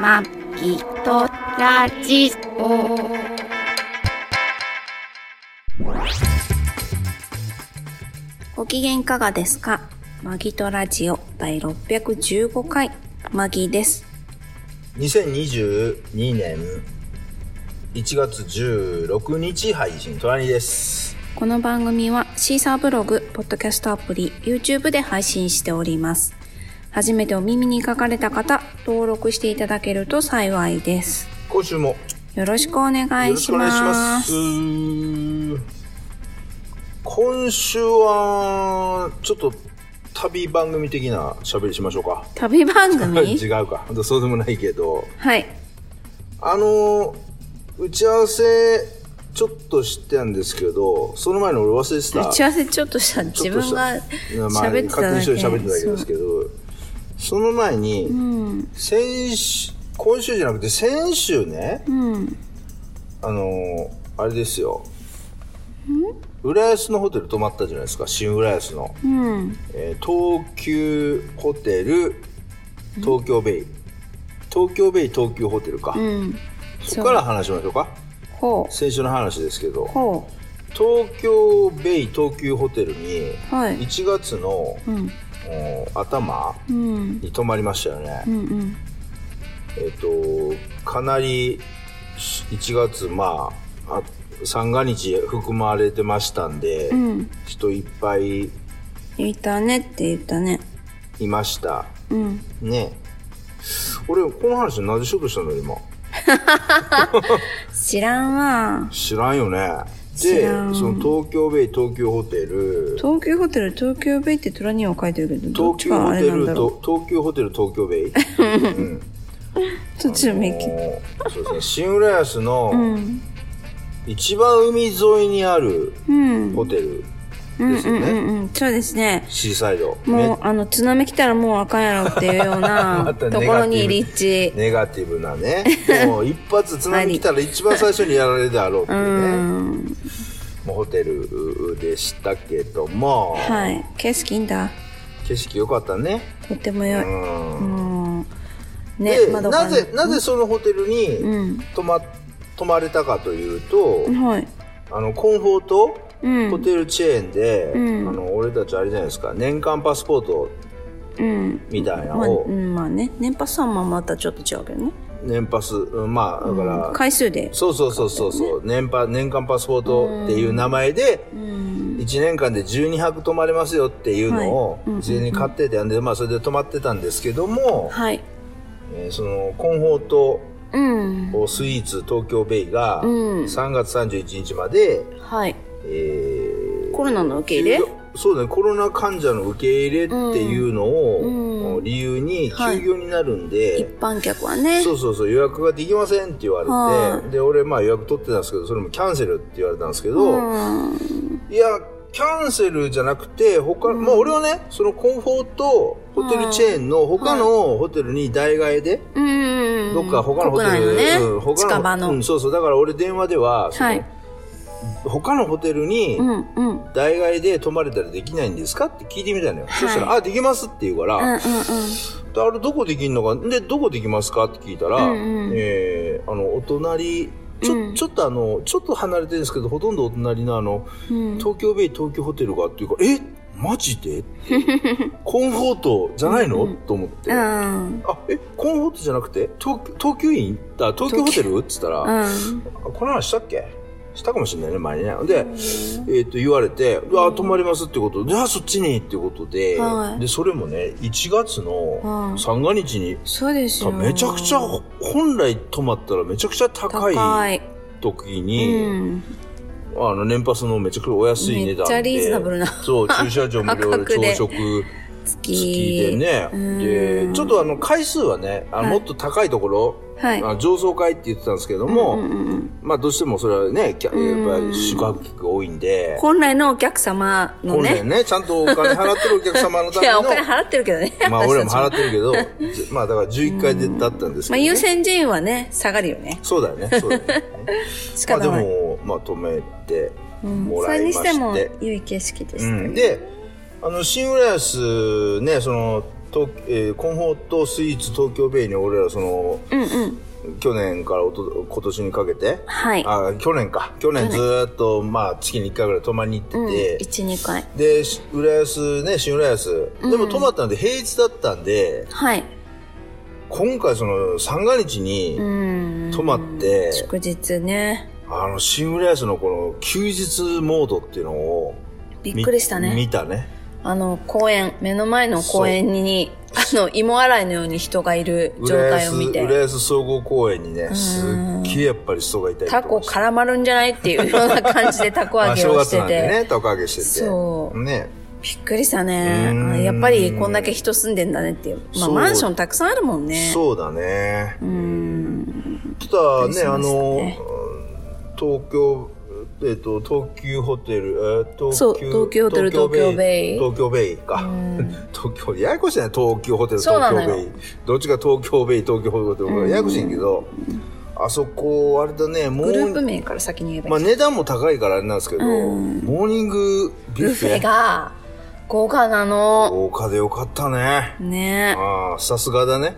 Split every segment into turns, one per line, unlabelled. まきとラジオ。ご機嫌いかがですかマギとラジオ第615回、マギです。
2022年1月16日配信、トラニです。
この番組はシーサーブログ、ポッドキャストアプリ、YouTube で配信しております。初めてお耳に書かれた方、登録していただけると幸いです。
今週も
よろしくお願
よ
い
ろし
し
くお願いし
ま。
ますす。今週は、ちょっと旅番組的な喋りしましょうか。
旅番組
違うか。そうでもないけど、
はい。
あの、打ち合わせちょっとしてたんですけど、その前に俺忘れてた。
打ち合わせちょっとした自分が
いやまあ、
喋ってただけ
勝手に一人で喋ってただけですけどその前に、
うん
先週今週じゃなくて先週ね
うん
あのーあれですよ浦安のホテル泊まったじゃないですか新浦安の、
うん
えー東急ホテル東京ベイ東京ベイ東急ホテルか、
うん
そこから話しましょうか
こう
先週の話ですけど
こ
東京ベイ東急ホテルに
うはい
1月の、
うん
お頭
うん
に泊まりましたよね、
うんうん
えっとかなりし1月まああ三が日含まれてましたんで、
うん
人いっぱい
いたねって言ったね
いました
うん
ね俺この話なぜしようとしたの今
知らんわ
知らんよね
知
で
らん
その東京ベイ東急ホテル
東急ホテル東京ベイって虎には書いてるけどどっ
東
ち
急ホ
があ
テ
れなん
ル
だろ
と東急ホテル東京ベ イうん
うどっちでもいいけど
あのそうですね新浦安
う
の
ん
一番海沿いにある
うん
ホテル
うん
ですよね、
うんうんうんそうですね
シーサイドめ
もうあの津波来たらもうあかんやろっていうような
また
と
ネガティブ
ころに立地
ネガティブな ねもう一発津波来たら一番最初にやられるであろうっていううね
ん
もうホテルでしたけども、
はい景色いいんだ
景色良かったね
とっても良
う
い
ん、
もうね
で、
窓から
なぜなぜそのホテルに
うん
泊ま泊まれたかというと、
はい
あのコンフォート
うん
ホテルチェーンで、
うん
あの俺たちあれじゃないですか年間パスポート
うん
みたいな
まあ、
のを、
うん、まあね年パスはまあまたちょっと違うけどね
年パスうんまあだから、
うん回数で
そうそうそうそうそう、年パ年間パスポートっていう名前で、
うん
1年間で12泊泊まれますよっていうのを
はい
事前に買ってて、んでまあ、それで泊まってたんですけども、
はい
えーそのコンフォート
うん
スイーツ東京ベイが
うん
3月31日まで、
はい
えー
コロナの受け入れ
休業そうだねコロナ患者の受け入れっていうの
うん
を、
うん
理由に
はい
休業になるん
一
で、
般客はね
そうそうそう予約ができませんって言われて、
はい
で俺まあ予約取ってたんですけどそれもキャンセルって言われたんですけど、
うん
いや、キャンセルじゃなくて、他、まあ俺はね、そのコンフォートホテルチェーンの他のホテルに代替えで、
うん
どっか他のホテル、
国内
う
の
ん
ね、
他
近場の、
うん、そうそう、だから俺電話では、その
はい
他のホテルに
うんうんうんうん
代替えで泊まれたらできないんですかって聞いてみたのよ。そしたら、あ、できますって言うから、
うん
であれどこできんのか、で、どこできますかって聞いたら、
うんうん
えーあの、お隣、ちょ、
うん
ちょっとあの、ちょっと離れてるんですけど、ほとんどお隣のあの、
うん
東京ベイ東京ホテルがっていうから、えマジ でってコンフォートじゃないの、
うんうん
と思って。あ、
うん
え、コンフォートじゃなくて、東東京インだ東京ホテルって言ったら、あ
う
この話したっけしたかもしれないね、前にね。で、えっ、と、言われて、うわ、泊まりますってことで、じゃあそっちにってことで、
はい
で、それもね、1月
は
の
い
三が日に、
そうですよ
めちゃくちゃ、本来泊まったらめちゃくちゃ高
高
い
い、
時
う
に、
ん、
あの、年パスのめちゃくちゃお安い
め
値段で。
っちゃリーズナブルな
そう、駐車場無
価
料
格で
朝食
月
付きでね。
うん
で、ちょっとあの、回数はね、あ
はい
のもっと高いところ、
はい
あ上層階って言ってたんですけども、
うんうんうん
まあどうしてもそれはね、キャ
うん
やっぱり宿泊客が多いんで、
本来のお客様の
本
ね
来ね、ちゃんとお金払ってるお客様の た
い
め
や、
の
お、金払ってるけどね。
まあ俺らも払
っ
ってるけど、じまあだから11階でだったんです
まあ、
けど、
優
ね。
先順位はね、下がるよね。
そうだよね、そうだよね。
仕
まあで
方ない。
も、まあ止めて
うん
も
そ
ら
れ
いま
に
し。
してても、良い景色でし
う
た
ん、であの新浦安ねそのと、えーコンフォートスイーツ東京ベイに俺らその
うんうん。
去年からおと今年にかけて、
はい。
あ去年か去年ずーっと、まあ、月に1回ぐらい泊まりに行
うん。
ってて、
1、2回。
でし浦安ね新浦安、でも泊まったんで平日だったんで
はい。
今回その三が日に、
うん。
泊まって
祝日ね。
あの新浦安のこの休日モードっていうのを
びっくりした
み
ね。
見たね
あの、公園、目の前の公園に、あの、芋洗いのように人がいる状
浦
態
安
を見
浦
て、
安総合公園にねすっげえやっぱり人がいたりとか
タコ絡まるんじゃないっていうような感じでタコ揚
あ
げ
正
を
月
して
なんで
て。
ねタコ揚げしてて
そう
ね
びっくりしたね
う。ん
あやっぱりこんだけ人住んでんだねっていう。まあ、
そう
マンションたくさんあるもんね。
そうだね
うん。
ただ
びっくり
ね
しま
あ
した
の
ね
東京えっと東急ホテル、えー
そう東急ホテル
東京ベイ東京
う
ベイか
ん
東京ややこしいね東急ホテル
そうなの
東京
よ
ベイどっちが東京ベイ東京ホテルややこしいんやけどあそこあれだねも
グループ
う
名から先に言えばいい
まあ値段も高いからあれなんですけど
うん
モーニングビュ
ブッ
ッフ
フ
ェ
ェが豪華なの。
豪華でよかったね
ね
ああさすがだね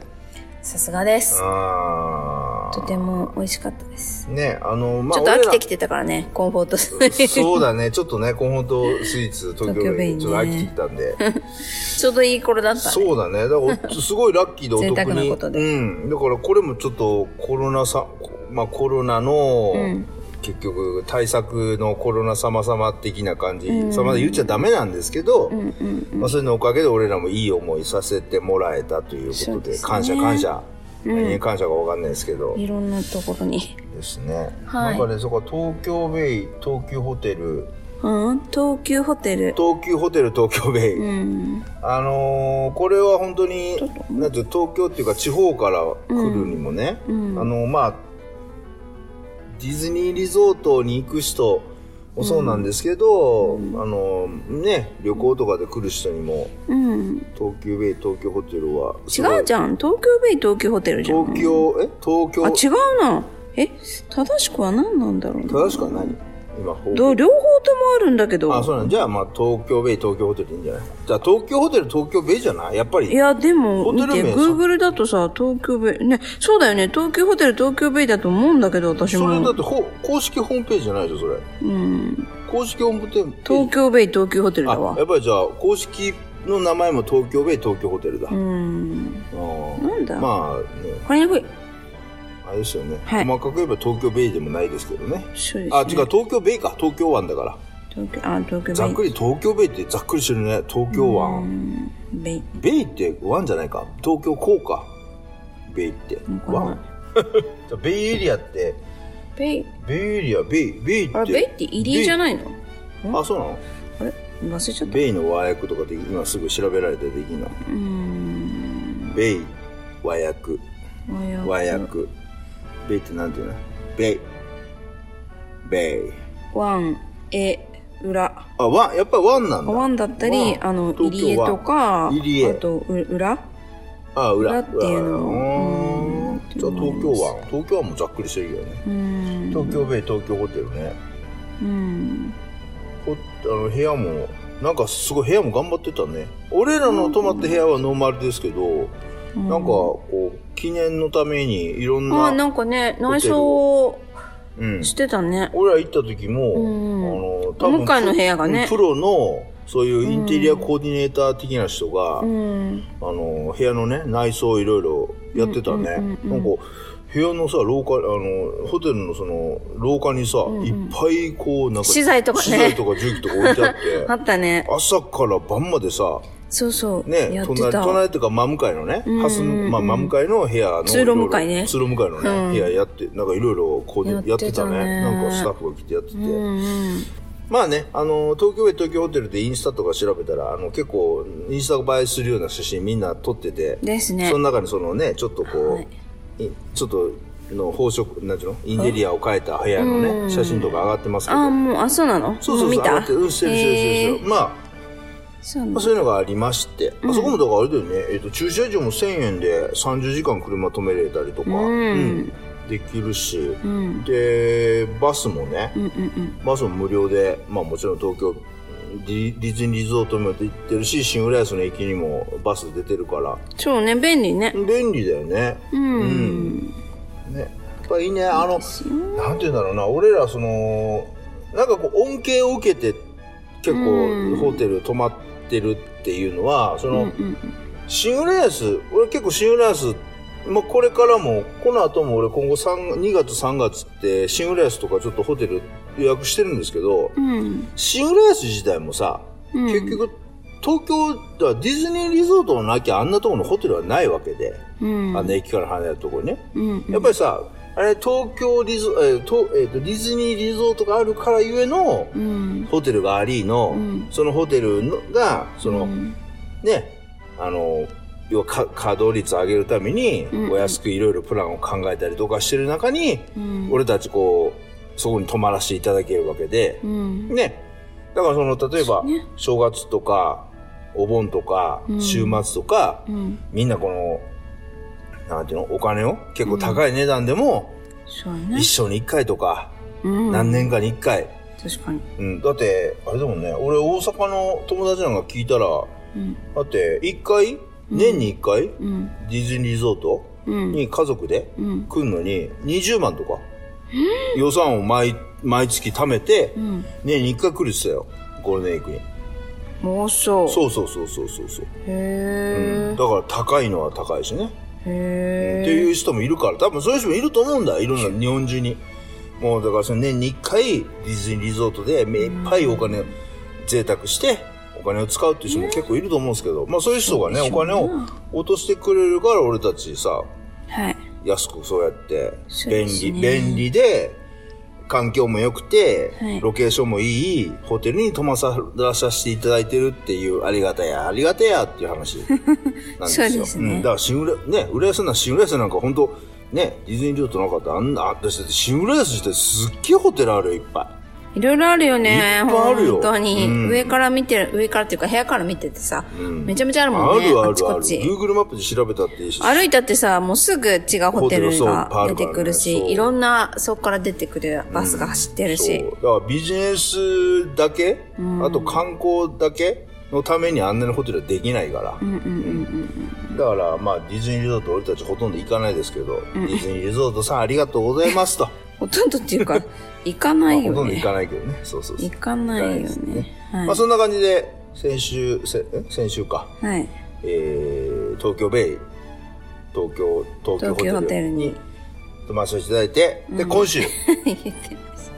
さすがです。
あ
とても美味しかったです。
あねあのま
ち
あ
ょっと飽きてき
き
てたからね、コンフォート スイーツ
そうだねちょっとねコンフォートスイ ーツ東京ベイにちょっと飽きてきたんで
ちょうどいい頃だったね。
そうだね。だからお、すごいラッキーでお得 に。
贅沢なことで
うん。だからこれもちょっとコロナさ、まあコロナの、
うん
結局対策のコロナ様様的な感じ、
うん
様で言っちゃダメなんですけど、
うんうん
まあそれのおかげで俺らもいい思いさせてもらえたというこ
そ
と
う
で、
ですね
感謝感謝。
うん
何に感謝かわかんないですけど、
うん。いろんなところに。
ですね。
はい
なんかね、そこは東京ベイ、東急ホテル、
うん、東急ホテル。
東急ホテル東京ベイ、
うん。
あのーこれは本当になんていう東京っていうか地方から来るにもね、
うん
あのまあディズニーリゾートに行く人もそうなんですけど、あのーね旅行とかで来る人にも
うん。
東急ベイ東京ホテルはす
違
ごいう
じゃん。東京ベイ東急ホテルじゃん。
東京え東京
あ、違うな。え、正しくは何なんだろうな。
正しくは何今ほう
ど両方ともあるんだけど。
あそうなんじゃあまあ東京ベイ東京ホテルでいいんじゃないじゃあ東京ホテル東京ベイじゃないやっぱり
いや、でも、
ホテ
見
ル名
て、
さ
Google だとさ、東京ベイ、ね、そうだよね、東京ホテル東京ベイだと思うんだけど、私
それだ
も
っ。てほ公式ホームページじゃないでしょそれ
うん。
公式ホームページ
東京ベイ東京ホテルだ
あ
わ
や。っぱりじゃあ公式の名前も東京ベイ東京ホテルだ、
うん。
あー
なんだ
まあね
わかりにくい。
あれですよね、
はい
細かく言えば東京ベイでもないですけどね
そうです、ね。
あ違う東京ベイか東京湾だから
東京、あ、東京ベイ。
ざっくり東京ベイってざっくりしてるね東京
う
湾
んベイ。
ベイって湾じゃないか東京港かベイって
わかん
湾
な
じゃあ ベイエリアって
ベイ。
ベイエリアベイベイって
あれ、ベイって入りじゃないの
あそうなの
あれ忘れちゃった。
ベイの和訳とかで今すぐ調べられてできんの
うん。
ベイ和訳和
和訳
訳ベイってなんていうのベイベイ
ワン、エ、裏。
あワンやっぱりワンなんだ
ワンだったり、
ワン
あの、入
東京
り江とか、
ワン入江
あと、う裏
あ裏
裏っていうの
う
うん
んじゃあ東京湾東京湾もざっくりしてるよね
うん。
東京ベイ東京ホテルね
うん。
ほあの部屋もなんかすごい部屋も頑張ってたね俺らの泊まった部屋はノーマルですけど、
うん
なんかこう記念のためにいろんな
あ、なんかね、
ルを
内装
うん、
してたね。
俺ら行った時も、
うん
あの多分
向かいの部屋がね
プロのそういうインテリアコーディネーター的な人が、
うん。
あの部屋のね内装いろいろやってたね、
うんうんうんうん
なんか部屋のさ廊下あのホテルのその廊下にさ、
んうん
いっぱいこうなんか
資材とかね
資材とか重機とか置いてあ
あ
って
ったね。
朝から晩までさ
そうそう。
ね
やって
隣
た。
隣っていうか真向かいのね、
んうん
ハスまあ、真向かいの部屋の
通路向かいね
ろろ通路向かいのね、
うん
部屋やってなんかいろいろこうや
や
や
っ
ってて
た
た
ね
ねなんかスタッフが来てやってて、
うんうん。
まあね、あの、東京へ東京ホテルでインスタとか調べたら、あの、結構、インスタ映えするような写真みんな撮ってて、
ですね
その中にそのね、ちょっとこう、
はい
いちょっとの宝飾、なんていうのインテリアを変えた部屋の
うん
ね、写真とか上がってますけど。
あ、もう、あ、そうなの
そうそうそう、
も見
上が
た
ってるうん、してるしてるしてる。まあ、
そうな
まあ
の
そういうのがありまして、あそこもだからあれだよね、えっと、駐車場も1000円で30時間車止めれたりとか、
うん
できるし、
うん。
で、バスもね、
うんうんうん。
バスも無料で、まあもちろん東京ディディズニーリゾートにも行ってるし新浦安の駅にもバス出てるから
そうね、便利ね。
便利だよね
うん。
ねやっぱりねあの
ですよ
なんて言うんだろうな俺らそのなんかこう恩恵を受けて結
うん
構ホテル泊まってるっていうのはそ
うん
の、
うん
新浦安俺結構新浦安まあ、これからもこの後も俺今後3 2月3月って新浦安とかちょっとホテル予約してるんですけど
うん。
新浦安自体もさ、
うん。
結局東京ではディズニーリゾートのなきゃあんなところのホテルはないわけで、
うん、
あの駅から離れたところにね、
うん、
やっぱりさ、あれ、東京リゾ、えーとえーとディズニーリゾートがあるからゆえの、
うん。
ホテルがありの、
うん
そのホテルのが、その、
うん
ね、あの、要はか稼働率を上げるために
うんう、ん
お安くいろいろプランを考えたりとかしてる中に、
うん、
俺たちこう、そこに泊まらせていただけるわけで、
うん、
ね、だからその、例えば、
ね
正月とか、お盆とか
う、ん
週末とか、
うん、
みんなこの、なんていうの、お金を結構高い値段でも、
そうやね
一。生に一回とか、
うん、
何年かに一回。
確かに。
うん、だって、あれだもんね、俺大阪の友達なんか聞いたら、
うん、
だって、一回、年に一回、
うん、
ディズニーリゾート
うん、
に家族で
うん、
来るのに、20万とか、予算を毎、毎月貯めて
う、ん。
年に一回来るって言ってたよ、ゴールデンウィークに。
妄想。
そうそうそうそうそうそう。う
へ
んだから高いのは高いしね。
え。
っ
へ
て
え。
いう人もいるから、多分そういう人もいると思うんだ、いろんな日本中に。もうだからその年に1回ディズニーリゾートでめいっぱいお金、贅沢してお金を使うっていう人も結構いると思うんですけど、まあそういう人がね、お金を落としてくれるから俺たちさ、
はい。
安くそうやって、
そう
便
です
利、
ね
便利で、環境も良くて、
はい
ロケーションもいい、ホテルに泊まさらさせていただいてるっていう、ありがたや、ありがたやっていう話 なんです
そう
よ。
ですね
ん、だから新浦、ね、浦安な、新浦安なんか本当ね、ディズニーリゾートなかったらあんな、私だって新浦安ってすっげえホテルあるよ、いっぱい。
いろいろあるよね。
いっぱいあるよ
本当に、
うん
上から見てる、上からっていうか部屋から見ててさ、
ん
めちゃめちゃあるも
あ
んね。
るあ
っち
るあ
こ
る。
っち。
Google マップで調べたっていいし。
歩いたってさ、もうすぐ違うホテルが出てくる
ホテルそういっぱいあるからね
し、
そう
いろんな、そこから出てくるバスが走ってるし。
そうだからビジネスだけ、あと観光だけのためにあんなにホテルはできないから。
うんうんうん
だからまあディズニーリゾート俺たちほとんど行かないですけど、ディズニーリゾートさんありがとうございますと、
うん。ほとんどっていう か、行か な
まあ
い
ほと
よ
んど行
ね。
かないけどねそうそうそう
行かないよね。はい
まあ、。そんな感じで先週せえ先週か、
はい。
えー、東京ベイ東京東
東京
京
ホ
ホ
テ
テ
ル
ル
に
に泊まらせていただいて、で今週
言ってます。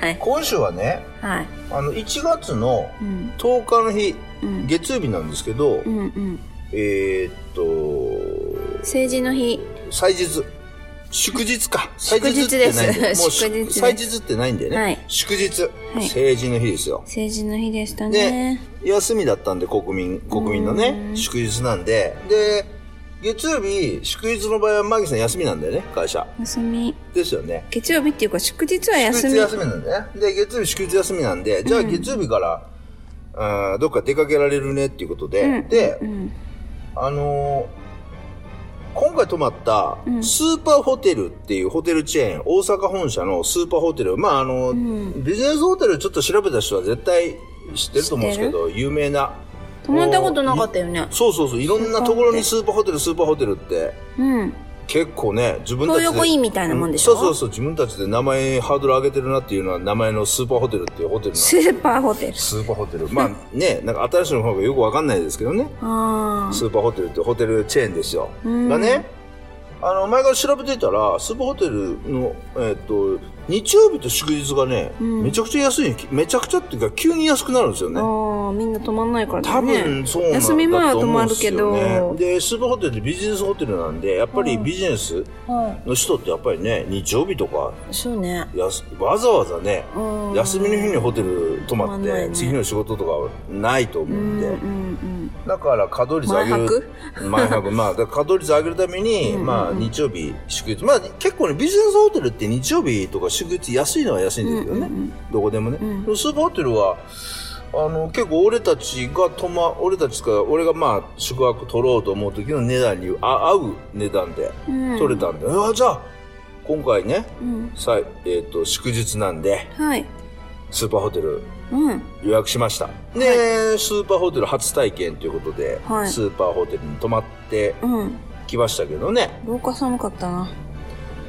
はい。
今週はね
はい。
あの1月の
うん。
10日の日、
うん
月曜日なんですけど、
うんうん。
えー、っと
成人の日。
祭日祝日か
祝
祭
日
日ってないんだよ
です
もう
祝日です
祭日ってないんだよね、
はい
祝日、
い
成人の日ですよ
成人の日でしたね
ね。休みだったんで国民国民の
う
ね
ん
祝日なんでで月曜日祝日の場合はマギさん休みなんだよね会社
休み。
ですよね
月曜日っていうか、祝日は休
祝
み
日。休みなんだよねで月曜日祝日休みなんでじゃあ月曜日から、あーどっか出かけられるねっていうことで、
うん
で
うん。
あのー今回泊まった
うん
スーパーホテルっていうホテルチェーン、大阪本社のスーパーホテル、まああの、
ん
ビジネスホテルちょっと調べた人は絶対知ってると思うんですけど、有名な。
泊まったことなかったよね。
そうそうそう、いろんなところにスーパーホテル、スーパーホテルって、
うん。
結構ね、自分たち
東
で。
横インみたいなもんでしょ
うんそうそうそう、自分たちで名前ハードル上げてるなっていうのは名前のスーパーホテルっていうホテルの。
スーパーホテル。
スーパーホテル。まあね、なんか新しいの方がよくわかんないですけどね。
ああ。
スーパーホテルってホテルチェーンですよ。
うん
がね、あの、前から調べてたら、スーパーホテルの、えっ、と、日曜日と祝日がね、
ん
めちゃくちゃ安い、めちゃくちゃっていうか、急に安くなるんですよね。
ああ、みんな泊まんないから
多
だね。
分そうなんだ
休み前は
と
泊
思う
ま
んで
る
す
け
よね
ど。
で、スーパーホテルってビジネスホテルなんで、やっぱりビジネス
は
の人ってやっぱりね、日曜日とか、
い。そうね。
やすわざわざね、
うん
休みの日にホテル泊まっ
泊まんない
て、
ね
次の仕事とかはないと思
う
うん
ん
で、
うん
だから稼働率上げる前泊まあだから稼働率上げるために、
うんうん
まあ日曜日祝日まあ結構ねビジネスホテルって日曜日とか祝日安いのは安いんですけどね、
うんうんうん
どこでもね、
うん
でもスーパーホテルはあの結構俺たちが泊ま俺たちが俺がまあ宿泊取ろうと思う時の値段にあ合う値段で
うん。うん
取れ。たんで、うわじゃあ今回ね
うん。
さいえっと祝日なんで
はい。
スーパーホテル
ううん。
予約しました。で、スーパーホテル初体験ということで、
はい
スーパーホテルに泊まって
うん。
きましたけどね、
廊下寒かったな。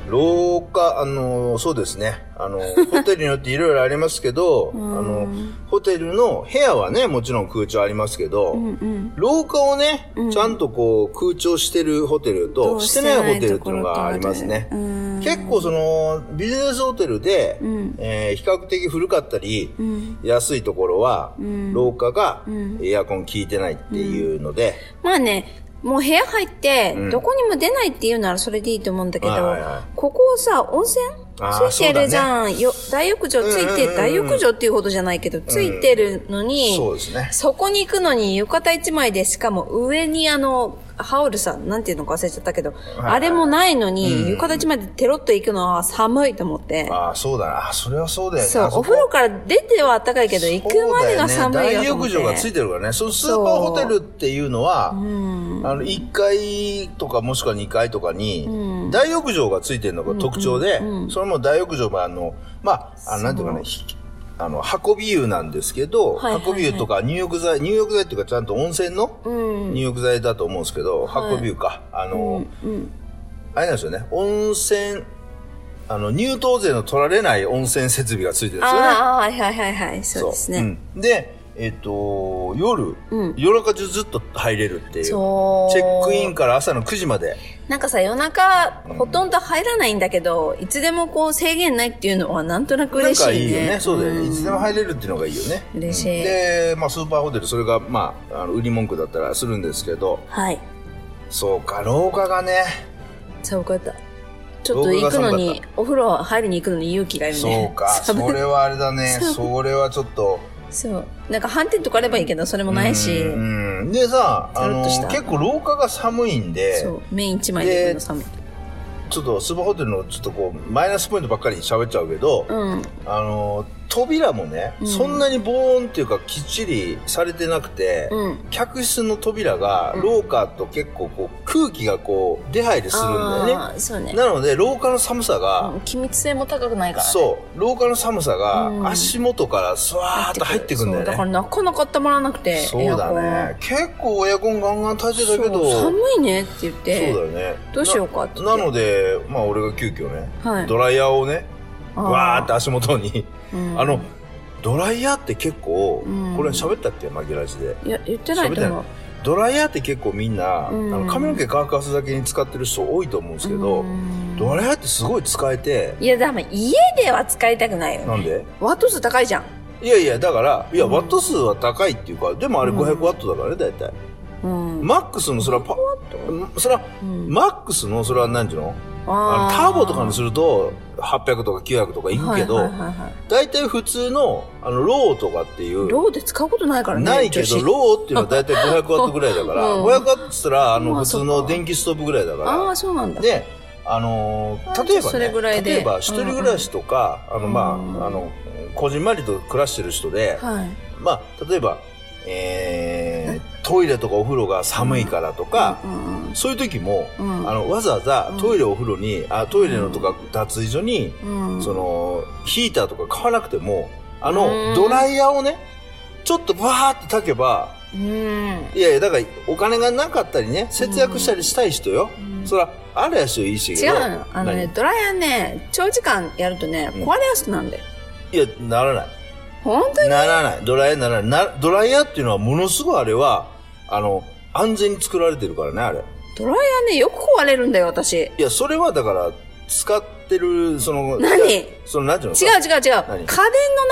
廊下、あの、そうですね、あ の、ホテルによっていろいろありますけど、あ
うん
の、ホテルの部屋はね、もちろん空調ありますけど、
うんうん。
廊下をね、
うん
ちゃんとこう空調してるホテルとしてないホテルっていうのがありますね。
うん。
結構そのビジネスホテルで、
うん
えー比較的古かったり、
うん。
安いところは、
ん
廊下が
うん
エアコン効いてないっていうので、
まあね、もう部屋入って
うん、
どこにも出ないっていうならそれでいいと思うんだけど
はいはいは、
ここはさ、温泉
あー
ついてるじゃん。よ大浴場つい
うんうんうんうん
て、大浴場っていうほどじゃないけど、ついてるのに、
そうですね。
そこに行くのに浴衣一枚で、しかも上にあの、ハオルさん、なんていうのか忘れちゃったけど、あれもないのに、浴衣一枚でテロッと行くのは寒いと思って。
ああ、そうだな。あそれはそうだよね。
そう
あ、こ
お風呂から出ては暖かいけど、行くまでが
そうだ
寒いよ
よね、大
と思っ
浴
て。
場がついてるからね。そのスーパーホテルっていうのは、
うん。
あの、1階とかもしくは2階とかに、大浴場がついてるのが特徴で、それも大浴場もあの、まあ、あのなんていうかね、ひあの、運び湯なんですけ
は
ど、
いはいはい
運び湯とか入浴剤、入浴剤っていうかちゃんと温泉の
うん。
入浴剤だと思うんですけど、
はい
運び湯か。あ
う
の、
んうん。
あれなんですよね、温泉、あの、入湯税の取られない温泉設備がついてるんですよね。
ああ、はいはいはいはい。そうですね。
うんで、えっ、と、夜、
うん
夜中中ずっと入れるっていう。チェ
そう。
ックイン。から朝の9時まで。
なんかさ、夜中、ほとんど入らないんだけど、いつでもこう制限ないっていうのはなんとなく嬉しいね。
なんかいいよね。そうだよね。
ん
いつでも入れるっていうのがいいよね。
嬉しい
うんで、まあ、スーパーホテル、それが、まあ、あの売り文句だったらするんですけど、
はい。
そうか、廊下がね、
寒かった。ちょっと行くのに、お風呂入りに行くのに勇気がいるね。
そうか、そ
寒い
れはあれだね、
そう
それはちょっと。
そう。なんか反転とかあればいいけど、それもないし、
うんうんでさ、あ
つるっ
の、
とした
結構廊下が寒いんで、
そう。面一枚で行くの寒い。
ちょっとスーパーホテルのちょっとこう、マイナスポイントばっかり喋っちゃうけど、
うん。
あの扉もね、
うん
そんなに防音っていうかきっちりされてなくて、
うん。
客室の扉が
うん
廊下と結構こう空気がこう出入りするんだよ
あーそう
ね
ね。
なので廊下の寒さが、
うん機密性も高くないからね。
そう廊下の寒さ
うん
が足元からスワーッと入ってくんだ
そ
よ
うだか
ね
らなかなか温まらなくて。
そうだね結構エアコンガンガン炊い
エ
て
ア
た
コン。
けど
そう
そう
寒いねって言っ
だ
て、
よね
どうしようかって言
な
って。
なのでまあ俺が急遽ね、
はい
ドライヤーをね
あー
わーって足元に
うん
あの、ドライヤーって結構、
うん
これ喋ったっけ紛らわしで。
いや、言ってないと思う。
ドライヤーって結構みんな、
うん
あの髪の毛乾かすだけに使ってる人多いと思うんですけど、
うん
ドライヤーってすごい使えて、
いや、ダメ。家では使いたくないよ。
なんで
ワット数高いじゃん。
いやいや、だから、いや、
うん
ワット数は高いっていうか、でもあれ
うん
500ワットだからね、大体。
うん。
マックスの、それはパ、それは、
うん
マックスの、それは何ていうの
あ
あの
ー
ターボとかにすると、800とか900とかいくけ
は
ど
いはい、はいはい
大体普通の、あの、ローとかっていう、
ローで使うことないからね。
ないけど、
女子
ローっていうのは大体500ワットぐらいだから、
うん
500ワットっつったら、あの、
まあ
普通の電気ストーブぐらいだ
あ
か
あ、そうなんだ。
ら。で、あのー
あー
例え
じゃあそれぐ
ば
ら
ね、
いで
例えば一人暮らしとか、あの、ま
うん
あ、あの、こじんまりと暮らしてる人で、
はい。
まあ、例えば、えー、トイレとかお風呂が寒いからとか、
うん
そういう時も、
うん
あの、わざわざ
うん
トイレお風呂に、あ、トイレのとか脱衣所に、
うん。うん
そ、の、ヒーターとか買わなくても、あ
う、
の
ん
ドライヤーをね、ちょっとバーって炊けば、
うん。
いやいや、だから、お金がなかったりね、節約したりしたい人よ。
うん
そら、あるやしよ、いいし。
違うのあのね、ドライヤーね、長時間やるとね、
うん
壊れやすくなるんだよ。
何いや、ならない。
本当に
ならない。ドライヤーならない。なドライヤーっていうのは、ものすごいあれは、あの、安全に作られてるからね、あれ。
ドライヤーね、よく壊れるんだよ、私。違う
いや、それはだから、使ってる、その、
何
いやその、なんていうの
違う違う。家電
何
の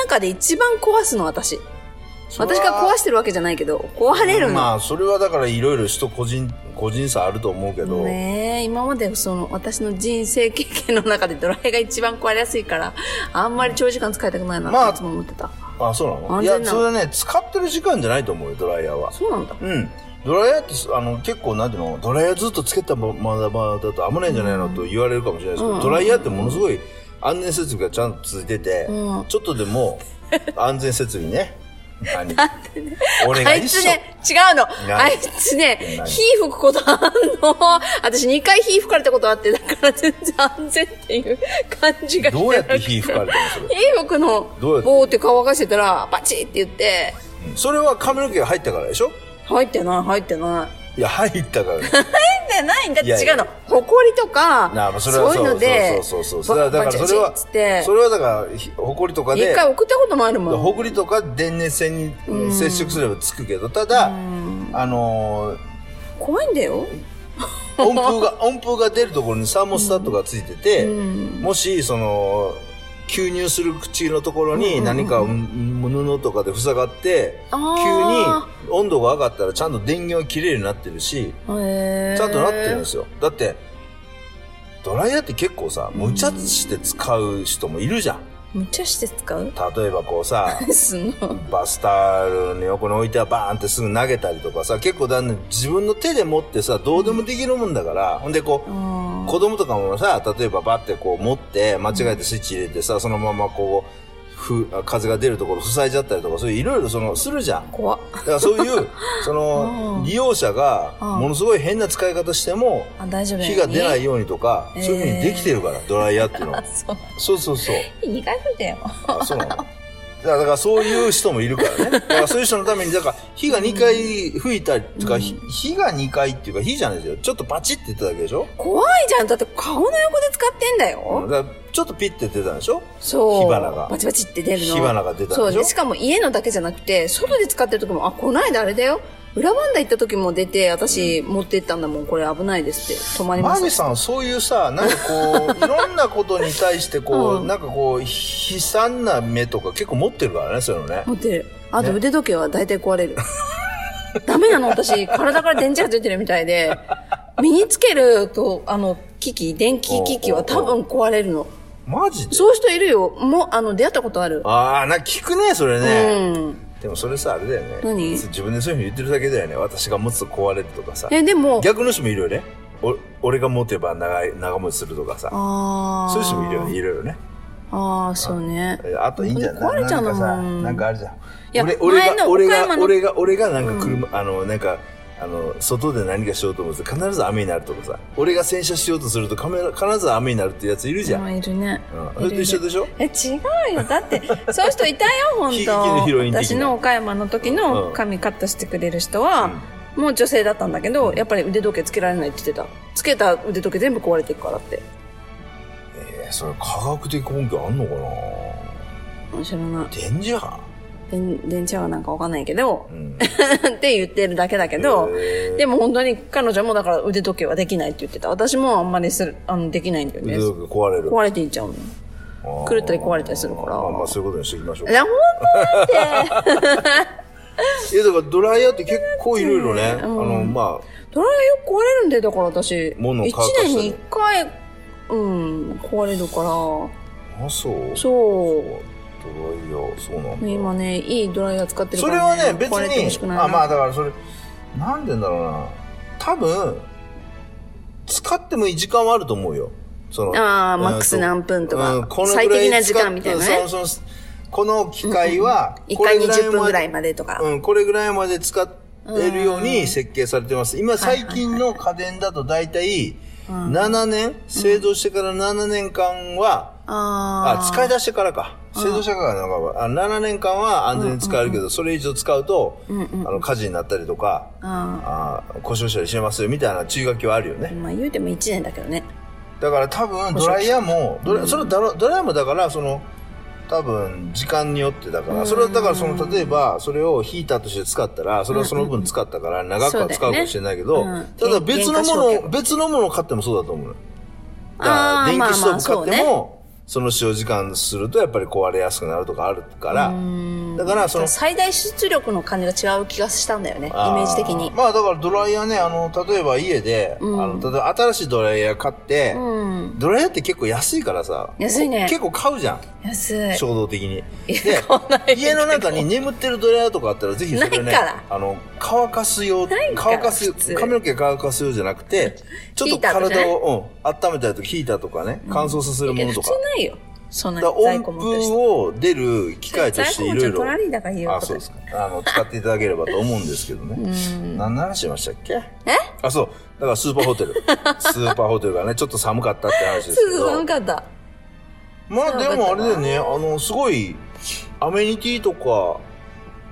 中で一番壊すの、私。私が壊
し
してるわけじゃないけど、壊れるの。
まあ、それはだから、いろいろ人個人、個人差あると思うけど。
ねえ、今までその私の人生経験の中でドライヤーが一番壊れやすいから、あんまり長時間使いたくない
ま
なっ
あ
ていつも思ってた。
あ、そうなの
安全
い
なの
や、それはね、使ってる時間じゃないと思うよ、ドライヤーは。
そうなんだ。
うん。ドライヤーってす、あの、結構、なんていうの、ドライヤーずっとつけたままだまだと危ないんじゃないのと言われるかもしれないですけど、
うん
ドライヤーってものすごい安全設備がちゃんと続いてて、
うん
ちょっとでも安全設備ね、何俺が
あい
一
つ
緒。
ね、違うの。
何
あいつね、
何
火吹くことあんの。私2回火吹かれたことあって、だから全然安全っていう感じがしてなく
どうやって火吹かれたのそれ
火吹くの
どうや、って
棒って乾かしてたら、バチって言って、
それは髪の毛が入ったからでしょ
入ってない、入ってない。
いや、入ったから。
入ってないんだって
いやいや
違うの。埃とか
なあ、まあ、、それ
そ
は
ういうので、
そうそうそうそう。それはだ
バ
から、
チバ
そ
チ
れ
っ
は
つって、、
それはだから、ひほこりとか
一
で、
回送ったこともあるもん。
ほこりとか電熱線に接触すればつくけど、ただ、あのー
怖いんだよ。
音符が、 音符が出るところにサーモスタットがついてて、もし、その、吸入する口のところに何かうん布とかで塞がって、
あ
急に温度が上がったらちゃんと電源は切れるようになってるし、
へー
ちゃんとなってるんですよ。だって、ドライヤーって結構さ、無茶して使う人もいるじゃん。
むっちゃして使う
例えばこうさ、
すんの
バスタールの横に置いてはバーンってすぐ投げたりとかさ、結構だんだん自分の手で持ってさ、どうでもできるもんだから、ほんでこう、
あ
子供とかもさ、例えばバッてこう持って、間違えてスイッチ入れてさ、そのままこう、ふあ風が出るところ塞いじゃったりとか、そういういろいろその、するじゃん。
ー怖っ
だからそういう、そ
あ
の
ー、
利用者が、
あー
ものすごい変な使い方しても、
あ大丈夫だよ
火
ね
が出ないようにとか、
えー
そういうふうにできてるから、ドライヤーっていうのは
あ。そう
そうそうそう。
2回吹いたよ
あ、そうなのだからだからそういう人もいるからね。だ からそういう人のために、だから火が2回吹いたりとか、ひ火が2回っていうか火じゃないですよ。ちょっとパチって言っただけでしょ
怖いじゃんだって顔の横で使ってんだよ、
だからちょっとピッて出たでしょ
そう
火花が
バチバチって出るの
火花が出たでし
そ
ょ
うでしかも家のだけじゃなくて外で使ってる時もあこないだあれだよ裏バンダ行った時も出て私持ってったんだもんこれ危ないですって止まりま
マ
し
ミ
た
さん、そういうさ、なんかこう、いろんなことに対して こう、
うん
なんかこう、悲惨な目とか結構持ってるからね、そういうのね。
持ってるあと腕時計は大体壊れる、 ダメなの私体から電池がついてるみたいで身につけるとあの機器電気機器は多分壊れるの
マジで
そういう人いるよ。もう、あの、出会ったことある。
ああ、なんか聞くね、それ
う
ね。
ん。
でもそれさ、あれだよね。
何
自分でそういうふうに言ってるだけだよね。私が持つと壊れるとかさ。
え、でも、
逆の人もいるよね。お俺が持てば長い、長持ちするとかさ。
ああ。
そういう人もいるよね。いるよね。
ああ、そうね。
えあといいんじゃない
壊れちゃうんの
かさ
もん
なんかあるじゃん。
いや
俺俺
前の
が、俺
岡山
が、
の
俺が、俺がなんか車、あの、なんか、あの、外で何かしようと思って必ず雨になるとかさ。俺が洗車しようとするとカメラ必ず雨になるってやついるじゃ
あ
ん。
いるね。い
うん。そ
る
れと一緒でしょ
え、違うよ。だって、そういう人いたよ、ほん
喜劇のヒロイン
と。
的
私
な
の岡山の時の
うん
髪カットしてくれる人は、もう女性だったんだけど、やっぱり腕時計つけられないって言ってた。つけた腕時計全部壊れてるからって。
えー、それ科学的根拠あんのかな
知らない。
電磁波
電、電池はなんかわかんないけど
う、ん。
って言ってるだけだけど、
えー
でも本当に彼女もだから腕時計はできないって言ってた。私もあんまりする、あの、できないんだよね
腕。時計壊れる。
壊れていっちゃうの。狂ったり壊れたりするから
まあまあそういうことにしていきましょう
い。や、ほん
いやだからドライヤーって結構いろいろね、あのまあ
ドライヤーよく壊れるんで、だから私。
物を
一
乾かしたり
年に一回、うん、壊れるから。
あそう
そ
ドライヤーそうなん
う。
だ
今ね、いいドライヤー使ってる
そ
か
れ
ら、
は
ね。
ね別
壊れてほしく
に
ない
あまあ
な。
だからそれなんでだろうな多分使ってもいい時間はあると思うよその
あー
うん
マックス何分とか
うんこのぐら
最適な時
使っ
間みたいなね
そうそうこの機械は
一回
これ
20分ぐ
まで
らいまでとか。
うん、これぐらいまで使ってるように設計されてます。今最近の家電だと大体、7年、製造してから7年間は、
あ
あ、
あ。
使い出してからか。製造してからなんか、あ7年間は安全に使えるけど、それ以上使うと、あの、火事になったりとか、
あ
あ故障したりしてますよ、みたいな注意書きはあるよ
あ。
ね。
まあ言うても一年だけどね。
だから多分、ドライヤーも、ドラそれドラドライヤーもだから、その、多分時間によってだからそれはだからその例えばそれをヒーターとして使ったらそれはその分使ったから長くは使うかもしれないけ
そ
ど
うだよねうん
ただ別
原
のも
価償
の
却
を別のものを買ってもそうだと思うのよだ
あ
か
ー
ら電気ストー
まあまあ
ブ買っ
そ
て
う
もその使用時間するとやっぱり壊れやすくなるとかあるからだからその
最大出力の感じが違う気がしたんだよね。イメ
あ
ージ的に。
まあだからドライヤーねあの例えば家であの例えば新しいドライヤー買って
うん。
ドライヤーって結構安いからさ
安いね
結構買うじゃん
安い。
衝動的に。で
買わないけど
家の中に眠ってるドライヤーとかあったら、ぜひそれ
な
ね
いから、
あの、乾かす用、
ないから
乾かす
普通、
髪の毛乾かす用じゃな くて、ちょっ
ヒ
と
ーターとかね
体を、うん、温めたりとか、ヒーターとかね、乾燥させるものとか
普通。ないよ。そんな
だから
在
音
庫持ってる
符
人。
を出る機械と
在
して
庫
い
持
ろ
ち
い
は
ろ
取られたから言う
あ
こ
そ
とで
うです
すか
か。あの使っていただければと思うんですけどね、
うん。
何の話しましたっけ
え
あそうだからスーパー ホテルスーパーホテルがねちょっと寒かったって話ですすけ
ぐ
ど
寒かった。
まあ
寒
で
かったな
もあれだよねあのすごいアメニティとか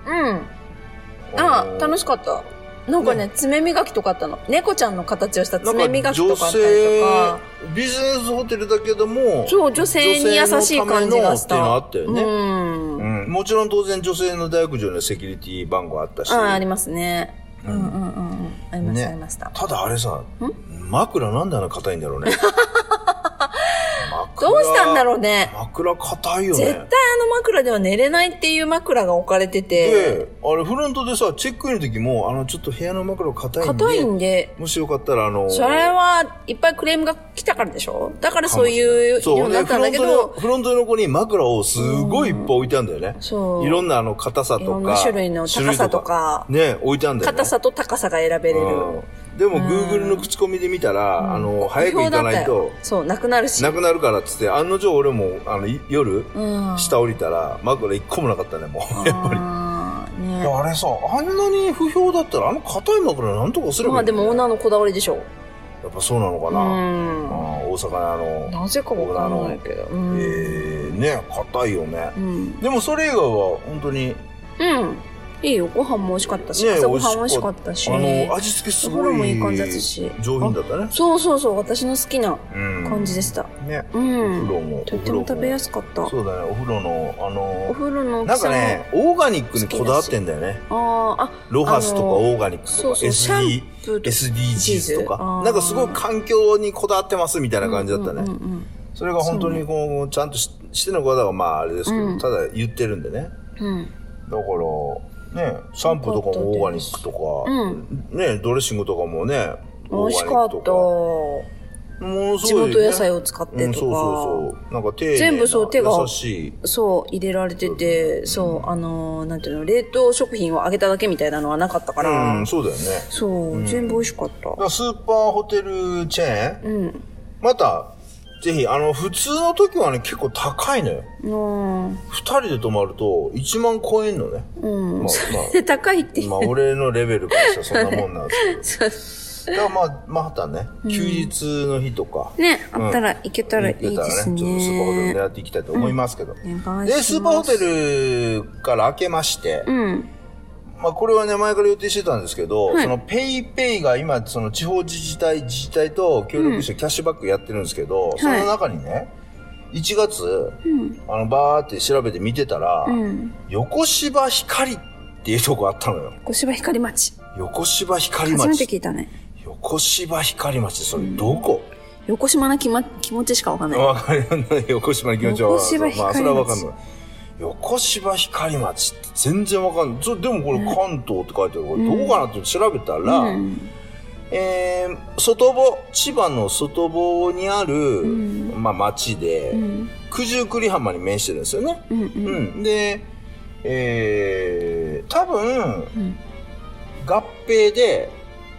うん。あ
の、
楽しかった。なんかね、爪磨きとかあったの。猫ちゃんの形をした爪
なん
磨
か
きと
女
かあったりと
性
か。
ビジネスホテルだけども
そう、女性に優しい感じがした。
女性のためのっていうのあ
うん。
うんもちろん当然女性の大浴場にはセキュリティ番号あったし
ああ、ありますね。う
うんん
うんうんうん。ありました、
ね
ありました。
ただあれさ枕なんであんな硬いんだ ろうね
どうしたんだ
ろ
ろうね。
枕硬いよね
絶対あの枕では寝れないっていう枕が置かれてて、
であれフロントでさチェックインの時もあのちょっと部屋の枕硬いんで
硬いんで、
もしよかったらあの
それはいっぱいクレームが来たからでしょだからそういう
そう
ようになったんだけ
でフロント
ど、
のフロントの横に枕をすごいいっぱい置いてあるんだよね、
そう。
いろ
ん
んなあの硬さとか
いろんな種類の高さとか
種類とかね置いてあるんだよね
硬さと高さが選べれる。
うんでも
うん
Google の口コミで見たら、あの早く行かな
不評だっ
い
た
と
よそう、なくなるし。
なくなるからっつって案の定俺もあのい夜
うん。
下降りたら枕一個もなかったねもうやっぱり
ぱり。
いやあれさあんなに不評だったらあの硬い枕なんとかすれ
ま
ば
あ
いい
で
のに
も女のこだわりでしょ。
やっぱそうなのか
う
な、あ
ん。
ー大阪のあの、
なぜかわからないけど。うん
えー、ね硬いよね
うん。
でもそれ以外は本当に
うん。いいよ、ご飯も美味しかったし、
ね
朝ご飯
美
美
味
味し
し
か
か
っ
った
し。
あの味付けす
お風
ご
呂
い
もいい感じだったし
上品だったね
そうそうそう、私の好きな
うん
感じでした。
ね
う
お
ん。
風呂も
とっても食べやすかった。
そうだねお風呂のあ
お
の
風呂の大
な
き
ん
さ
か
も。
ねオーガニックにこだわってんだよね
あーあ、
ロハスとか
あの
オーガニックとか
そうそう、シャ
SD
ンプーと
SDGs と
あー
かなんかすごい環境にこだわってますみたいな
か
感じだったね、
うんうんうん
それが本当にこうちゃんとししての方がまああれですけど、
うん
ただ言ってるんでね
うん。
だからねシャンプーとかもオーガニックとか、ねドレッシングとかもね
うん。美味しかった。
オーガニックとかものす
地
ごい、ね、
元野菜を使っ
う
て
ん、
と
そうそ
か。
うそうなんか丁寧な
全部そう手が
優しい
そう、入れられてて、そう、あのー、なんていうの、冷凍食品を揚げただけみたいなのはなかったか
う
ら
ん、そうだよねだか
そう、全部美味しかった。
らスーパーホテルチェーン
うん。
またぜひあの普通の時はね結構高いのよ
うん。
2人で泊まると1万超えんのね
うん。
まあ
で、高いって。
まあ、まあ、俺のレベルからしたらそんなもんなんです
そう
けどだからまあまたね休日の日とか、
ね、
うん
あったら行けたらいいですね。
ちょっとスーパーホテル狙っていきたいと思いますけど、
お願いし
で
ます
スーパーホテルから明けまして、
うん。
まあ、これはね前から予定してたんですけど、
はい
そのペイペイが今その地方自治体自治体と協力してキャッシュバックやってるんですけど、その中にね1月、
うん。
あのバーって調べて見てたら、
うん。
横芝光っていうとこあったのよ
小芝光町。
横芝光
初めて
町
聞いたね。
横芝光町それどこ、
横島な気,、ま、気持ちしかわかんない。
わかるよね横芝の気持ちは
横芝光町
まあそれはわかんない横芝光町って全然わかんないそでもこれ関東って書いてあるこれどこかなって調べたら、
うん。
えー外房千葉の外房にある、
ん
まあ、町で、
うん。
九十九里浜に面してるんですよね、
うん。
う
うん。
ん、でえー、多分
うん。
合併で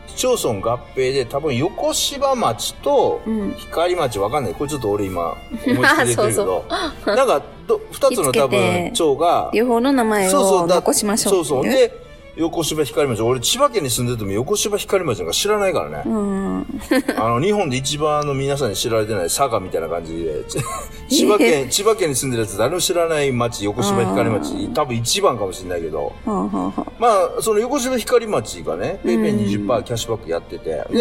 市町村合併で多分横芝町と
うん。
光町わかんないこれちょっと俺今思いつきで言ってるけど
そ
なんかど2つの多分町が
両方の名前を残しましょう。
そうそうで横芝光町俺千葉県に住んでても横芝光町なんか知らないからね
うん。
あの、日本で一番あの皆さんに知られてない佐賀みたいな感じで、 ち千 葉県、千葉県に住んでるやつ誰も知らない町、横芝光町、多分一番かもしれないけど、
はあ、はあはあ、
まあ、その横芝光町がね、ペイペイ20%キャッシュバックやってて、で、
うん。
ペ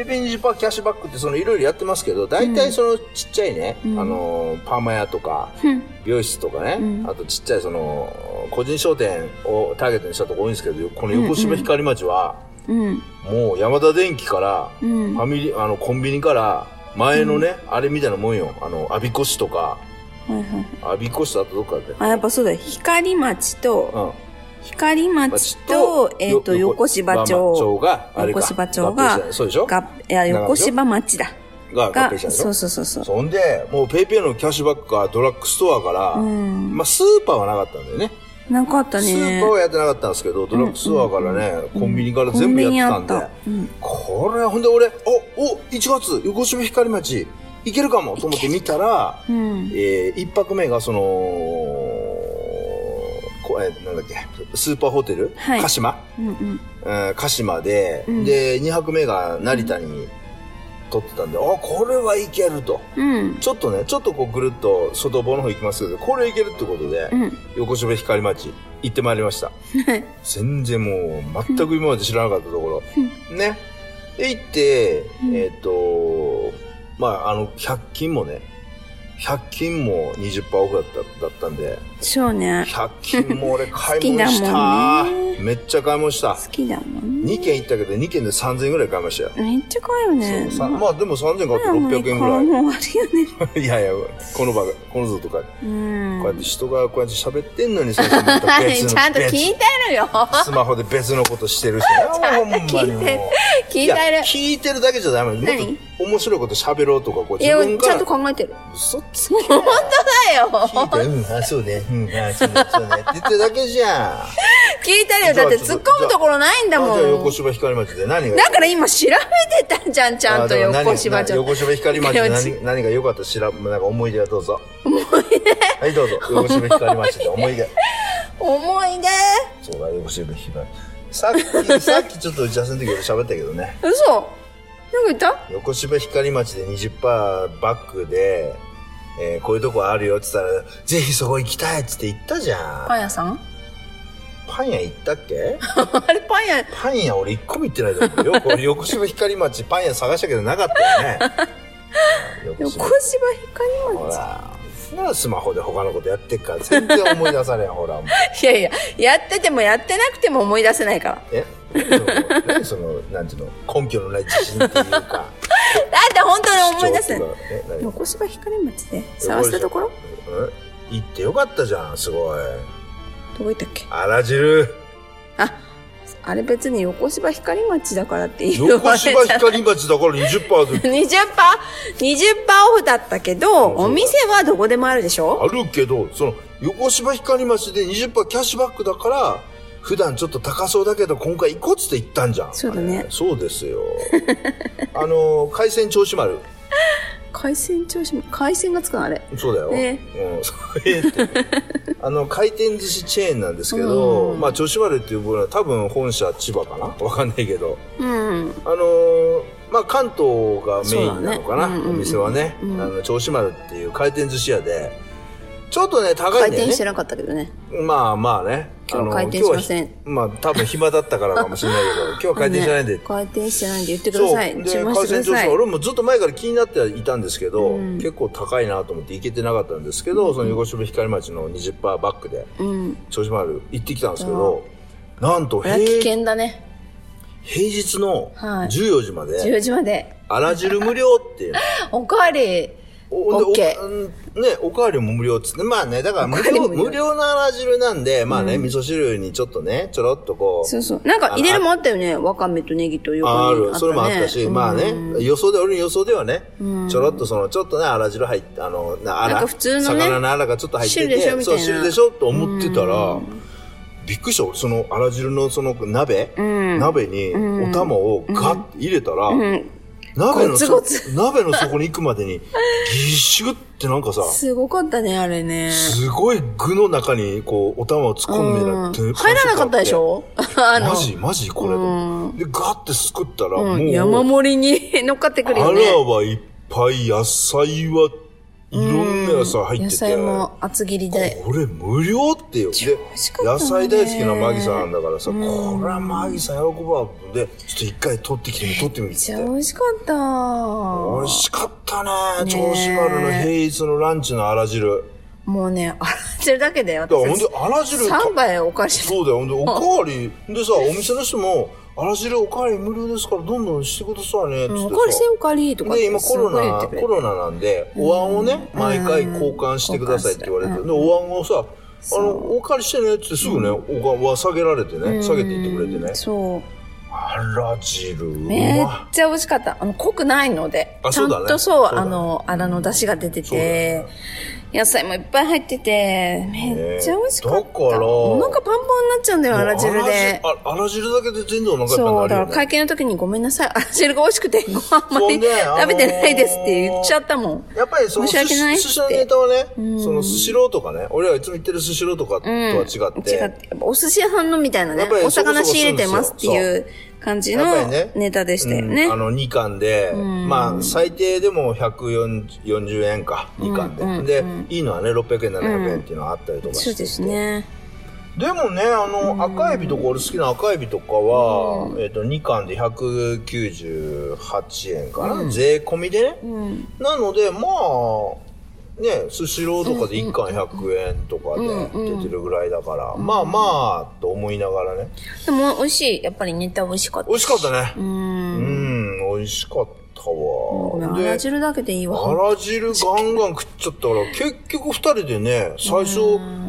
イペイ20%キャッシュバックってそのいろいろやってますけど、大体そのちっちゃいね、
うん
あの、パーマ屋とか、
うん。
美容室とかね、
うん
あとちっちゃいその、個人商店をターゲットにしたとこ多いんですけど、この横芝光町は、
うん。
もう山田電機から、
うん
ファ。ミリー、あの、コンビニから、前のね、あれみたいなもんよ。あの、アビコ市とか、
はいはい。
アビコ市だったとどっかで。
あ、やっぱそうだよ。光町と、
うん。
光町と、えっ、と、
よ
横芝
まあまあ
町
が、あれ
横
か。
芝町が
合併したそうでしょが、
が、いや、横芝町だ。
合
が
併した、でし
そ
ょ
うそうそうそう。
そんで、もうペイペイのキャッシュバックか、ドラッグストアから、
うん。
まあ、スーパーはなかったんだよね。
なかった
スー
ね
パー。はやってなかったんですけど、ドラッグストアからね、コンビニから全部やってた
コンビニ
んで。
あったうん
これ、ほんで俺、お、お、1月、横芝光町、いけるかもと思って見たら、
うん。
えー、一泊目がそのこえーなんだっけスーパーホテル、
はい
鹿島、
うんうん。
うん鹿島で、
うん
で2泊目が成田に撮ってたんで、あこれはいけると
うん。
ちょっとねちょっとこうぐるっと外房の方行きますけどこれいけるってことで、
うん。
横芝光町行ってまいりました
はい
全然もう全く今まで知らなかったところねで行って、
うん
えっ、とまああの100均もね100均も20%オフだっただったんで
そうね。
100均も俺買い
きだ
物
もん
し
ね
た、めっちゃ買い物した
好きだもんね。
2軒行ったけど2軒で3000円ぐらい買いましたよ、
めっちゃ買うよね。
そうさまあでも3000円買って
まあ
600円ぐらい、
もう終わるよね。
いやいやこの場がこのぞとかこ
う
うやっ
ん
て。人がこうやって喋ってんのにそれとまた
はい、
別 の
ちゃんと聞いてるよ。
スマホで別のことしてるし、 ほんまにもう。
聞いて
や
る。
聞いてるだけじゃダメ。も
何
っと面白いこと喋ろうとか、こ
い
う自
や、
分
ちゃんと
から。
考えてる。
嘘つ
本当だよ。
聞いて、うん、あ、そうね。うん、あ、そうね。 そうね。って言ってるだけじゃん。あ
聞いてるよ。だって突っ込むところないん
じ
だ
ゃ
も
あ横
ん。
芝光町で何が。
だから今調べてたじゃん、ちゃんと
あでも何
横芝ちゃん。
横芝光町で
これ
何何が良かったしら、なんか思い出はどうぞ。はい、どうぞ。横芝光町で思い出。
思い出
そうだ、横芝光町。さっき、さっきちょっと打ち合わせの時俺喋ったけどね。
嘘なんか言った
横芝光町で20%バックで、えーこういうとこあるよって言ったら、ぜひそこ行きたいっつって言ったじゃん。
パン屋さん
パン屋行ったっけ
あれパン屋、
パン屋俺一個も行ってないと思うよ。 これ横芝光町パン屋探したけどなかったよね。横
横芝
芝ほ
光町。
ら。ならスマホで他のことやってっから全然思い出されん、ほ ら。もう
いやいや、やっててもやってなくても思い出せないから。
え何その、何その、なんていうの、根拠のない自信っていうか。
だって本当に 思い出せない。
え何
横芝光町で探したところ
うん行ってよかったじゃん、すごい。
どこ行ったっけ
あら汁。
あ、あれ別に横芝光町だからって 言わ
横
れちゃ
芝光町だから20% で
20%?20% オフだったけど、
そうだ
お店はどこでもあるでし
あ
ょ
るけど、その、横芝光町で20%キャッシュバックだから、普段ちょっと高そうだけど、今回行こうっつって言ったんじゃん。
そうだね
あれそうですよ。 あの、海鮮銚子丸。
海鮮調子も、海鮮がつくのあれ。
そうだよ。
ね
うん、それって。あの、回転寿司チェーンなんですけど、
うん
まあ、銚子丸っていう分は多分本社千葉かなわかんないけど。
うん。
あのーまあ、関東がメインなのかな、
そうだねうんうんうん
お店はね、
うん
あの銚子丸っていう回転寿司屋でちょっとね高い
回
んだよ
転して
ね
なかったけどね。
まあまあね
今日
あの
回転しません
今日はまあ多分暇だったからかもしれないけ ど今日は回転しないんで、
ね回転してないんで言ってくだ
そう
さい。
で
注文
回
してく
転
だ
寿
さ
司
い。
俺もずっと前から気になってはいたんですけど、
うん
結構高いなと思って行けてなかったんですけど、その横芝光町の20%バックで
うん。
銚子丸行ってきたんですけど、なんと
これは
平
危
平
険だね。
日の
はい
14時まで
10時まで。
あら汁無料っていうの
おかわり。
おで
OK
おうんね、おかわりも無料っつって、まあね、だから無
おかわり
料、
無料
無料のあら汁なんで、まあね、味噌汁にちょっとね、ちょろっとこ
そう
う、
そう。なんか入れるもんあったよね。わかめとネギと横に
ある、
ね
それもあったし、まあ
うん
ね、予想で、俺の予想ではね、ちょろっとその、ちょっとね、あら汁入って、あの、な
な
あ
ん
ら、
か普通のね
魚のあらがちょっと入って
汁でしょ
て、
みたい
そう、
な
汁でしょと思ってたら、びっくりした、俺そのあら汁のその鍋、
ん
鍋にお玉をガッて入れたら、
ん
鍋の
ゴ
そ
ツ、
鍋の底に行く までに、ぎっしゅってなんかさ、
すごかったね、あれね。
すごい具の中に、こう、お玉を突っ込むみたいな
うん入らなかったでしょあの
マジマジこれと思って。で、ガッてすくったら、
う
も
ん
う、
山盛りに 乗っかってくる
あ
よ
ら
ね。
はいっぱい、野菜はいろんな野菜入ってて。
野菜も厚切りで。
これ無料ってよ。で
美味しか、ったね
野菜大好きなマギさんだからさ、これはマギさん喜ぶわ。で、ちょっと一回取ってきてみ、取ってみ
め
るっ
っ
つ
ち
っ
ゃ
て
美。味しかった。
美
も
味しかったね。
ね
銚子丸の平日のランチのあら汁。
うね、あら汁だけで
だからほん
私
で
たち、
あら汁
3杯おかしい。
そうだよ。ほんで、おかわり、でさ、お店の人も、あら汁おかわり無料ですから、どんどんしてくださいね、つって
う
さ
んおかわりせんおかわりとかっ
で、
て
今コ
すご
ロ
い言って
ナ、
くれ
コロナなんで、お椀をね、
うん
毎回交換してくださいって言われて、
うん
で、お椀をさ、あの、
そ
お借りしてね、つってすぐね、お椀は下げられてね、
て
下げていってくれてね。
そう。
ああら汁う
めっ
ま
ちゃ美味しかった。あの、濃くないので。
あ
ちゃ
そ
ん
うだね
とそう、
そうだ
あ
ね
の、あらの出汁が出て
そうだ
て
ね、
野菜もいっぱい入ってて、めっちゃ美味しかった。
ねだから
お腹パンパンになっちゃうんだよ、あら汁で。
あら汁ああら汁だけで全然お腹いっぱいに
そ
な
う、だ
る
か
よ、
ら
ね、
会計の時にごめんなさい、あら 汁が美味しくて、ご飯あんま
そう
り
ねあのー
食べてないですって言っちゃったもん。
やっぱりその
申し訳ないって
寿司のネタはね、そのスシローとかね、俺らいつも言ってるスシローとかとは違って、
違って、やっぱお寿司屋さんのみたいなね
やっぱ、り
お魚仕入れてますってい
そう
感じ
やっぱ
の
りね
ネタでしたよね
うんあ。の2巻で、まあ最低でも140円か、2巻で。で、いいのはね、600円、700円っていうのがあったりとかして、
そうですね。
でもね、あの、赤エビとか、俺好きな赤エビとかは、えっ、と、2巻で198円かな、税込みでね。
うん。
なので、まあ、ね、スシローとかで1巻100円とかで出てるぐらいだから、まあまあ、と思いながらね。
でも美味しい。やっぱりネタ美味しかった。
美味しかったね。
うん。
うん、美味しかった
ごめん
わ。
あら汁だけでいい
あ
わ。
ら汁ガンガン食っちゃったから、結局二人でね、最初、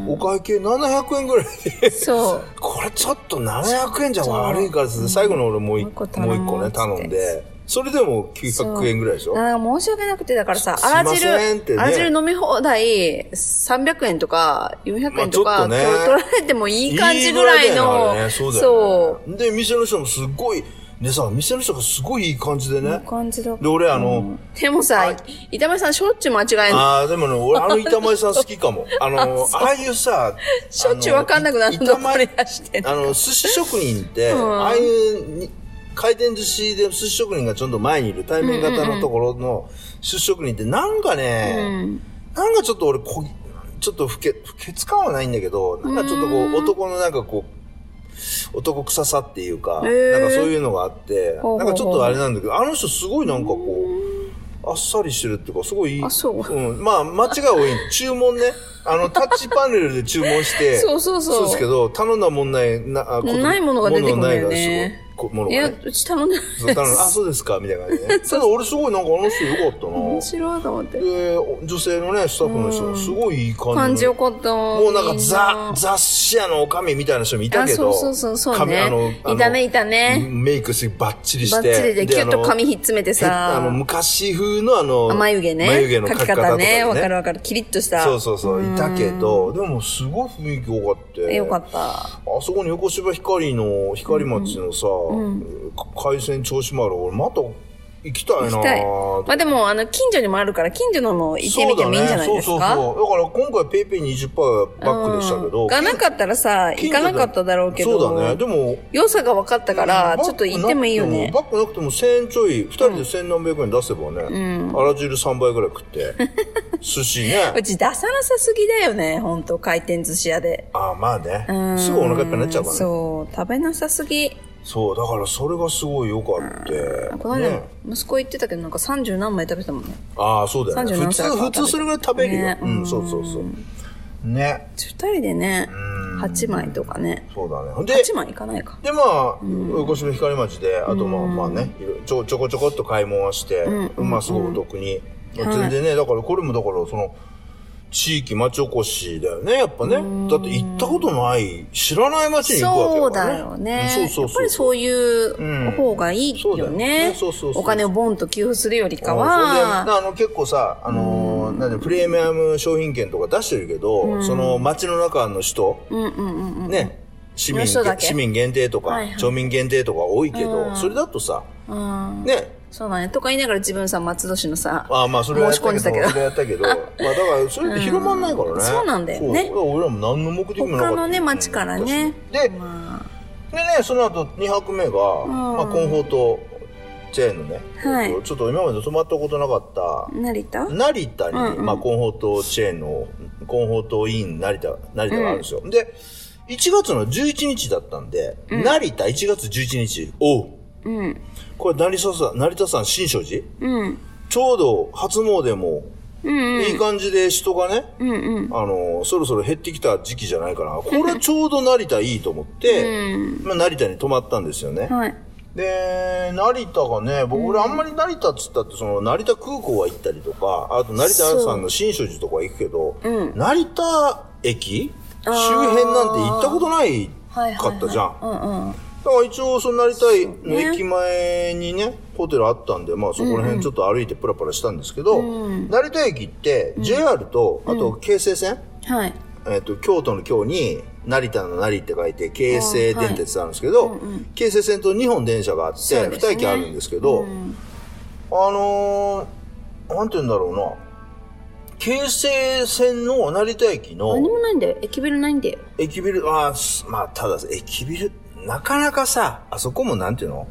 お会計700円ぐらいで、
そう。
これちょっと700円じゃ悪いからっつって、最後の俺もう一
もう一個
個
頼もう
もう一個ね、頼んで、それでも900円ぐらいでしょ
なんか申し訳なくて、だからさ、
すい
あ
ま
ら汁、
せんってね
あら汁飲み放題、300円とか、400円と
まあちょっ
か、
とね
取られてもいい感じぐらい
ぐら
の、
だよねあれねそうだ
そ
よね。で、店の人もすごい、でさ、店の人がすごいいい感じで
う。い
ね
い。感じだ
で、俺あの、
でもさ
あ、
板前さんしょっちゅう間違えんの。
ああ、でもね、俺、あの板前さん好きかも。 あの、ああいうさ、
しょっちゅうわかんなくなる
あ
の、
の
ど
板
こに
前、
出してんの
あの、寿司職人って、
ん
ああいうに、回転寿司で寿司職人がちょっと前にいる対面型のところの寿司職人ってなんかね、なんかちょっと俺こ、ちょっと不潔、不潔感はないんだけど、なんかちょっとこう、男のなんかこう、男臭さっていうか、
へー
なんかそういうのがあって、
ほうほうほう
なんかちょっとあれなんだけど、あの人すごいなんかこう、あっさりしてるっていうか、すごいいい。
あそう
うん。まあ、間違い多い。注文ね。あの、タッチパネルで注文 して。
そうそうそう
そうですけど、頼んだもんない、な、あこと
ないものが出てくるんだよね
もの
い
が
や、
ないからすごいこものがね。
うち頼んでない
そう
で
頼むあ、
す。
そうですか、みたいな感じでね。ただ俺すごいなんかあの人よかったな。
面白いと思って。
で、女性のね、スタッフの人がすごいいい感じの。
感じよかった。
もうなんか
み
ザ、
な
雑誌屋のおかみみたいな人もいた
あ、
け
そ
ど。
うそうそう、そう
髪
ね
あの、。あの
いたね、いたね。
メイクしバッチリして。
バッチリでキュッと髪
で
ひっ詰めて
あのへあの、
さ、
昔風のあの、
眉毛ね。
眉毛の描き方とか
ね。
ね。
わかるわかる。キリッとした。
そうそうそう、いたけど、でもすごい雰囲気良かった。
よかった。
あそこに横芝光の、光町のさ、か海鮮銚子丸、俺また行きたいな
行きたい。まあでも、あの、近所にもあるから、近所のも行ってみてもいいんじゃないです
そう
か
だね、そうそうそう。だから今回ペイペイ20%バックでしたけ
う
ど。
んがなかったらさ、行
近
かな
所
かっただろうけど。
そうだね。でも、
良さが分かったから、
バック
ちょっと行ってもいいよね
なくて。もバックなくても1000円ちょい、2人で1000何百円出せばね、あら汁3倍ぐらい 食って、寿司
う
ね。
ち出さなさすぎだよね、ほんと、回転寿司屋で。
ああ、まあね
うん。
すぐお腹いっぱいになっちゃうからね。
そう、食べなさすぎ。
そう、だからそれがすごい良かった。
この間
ね、
息子行ってたけど、なんか30何枚食べてたもんね。
ああ、そうだよね。
37
普通、普通それぐらい食べるよ
ね。
うん、そうそうそう。ね。
2人でね、8枚とかね。
そうだね。ほんで、
8枚いかないか。
でまあ、越の光町で、あとまあまあね、いろいろちょちょこちょこっと買い物はして、まあすごいお得に。全然ね、だからこれもだからその、地域町おこしだよね、やっぱね。だって行ったことない、知らない町に行く
そう
わけだ
だ
からね。
よね。
うんそうそ
や
うそう。
っぱりそういう方がいい
うん
よ
そうだよ
ね
ねそうそう。そ
お
う
金をボンと給付するよりか
うんそれ
は、
であの結構さ、あのーなんでプレミアム商品券とか出してるけど、その町の中の人、ね、市民
の人だけ
市民限定とか、
はいはい
町民限定とか多いけど、それだとさ、ね、
そうだね。とか言いながら自分さ、松戸市のさ、
ああまあそれはやったけ
申し
ど、そ
込んでたけど
れはやっ たけど、まあだからそれって広まんないからね。
んそうなんだよね
そう俺らも何の目的もなかった。
他のね町からね
で、でね、その後2泊目が、まあコンフォートチェーンのね、
はい
えっとちょっと今まで泊まったことなかった、
成田
成田に、まあ、コンフォートチェーンの、コンフォートイン成田、成田があるんですよ。で、1月の11日だったんで、成田1月11日、おう。
うん。
これ成田さん、成田さん、新勝寺
うん。
ちょうど初詣も、
うん。
いい感じで人がね、
うん。うん。
あの、そろそろ減ってきた時期じゃないかな。これちょうど成田いいと思って、
うん。
まあ、成田に泊まったんですよね。
はい。
で、成田がね、僕、俺あんまり成田っつったって、その、成田空港は行ったりとか、あと成田さんの新勝寺とか行くけど、成田駅周辺なんて行ったことない
はいはいはい
かったじゃん。
うんうん。
だから一応、その成田の
ね
駅前にね、ホテルあったんで、まあそこら辺ちょっと歩いてプラプラしたんですけど、
うん
成田駅って、JR と、あと京成線、
はい。
えっと、京都の京に、成田の成って書いて、京成電鉄なんですけど、
はいうんうん
京成線と2本電車があって、
そうです
2
ね
駅あるんですけど、
うん
あのー、なんて言うんだろうな、京成線の成田駅の、
何もないんだよ。駅ビルないんだよ。
駅ビル、あーすまあ、ただ、駅ビル、なかなかさ、あそこもなんていうの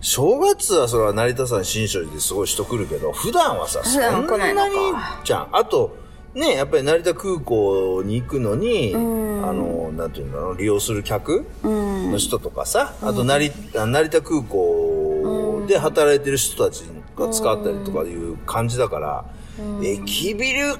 正月はそれは成田山新勝寺ですごい人来るけど、普段はさ、
普段は来ないのか
そんなにじゃん。あと、ね、やっぱり成田空港に行くのに、あ
うん
の、なんていうんだろう、利用する客
うん。
の人とかさ、あと成あ成田空港で働いてる人たちが使ったりとかいう感じだから、駅ビル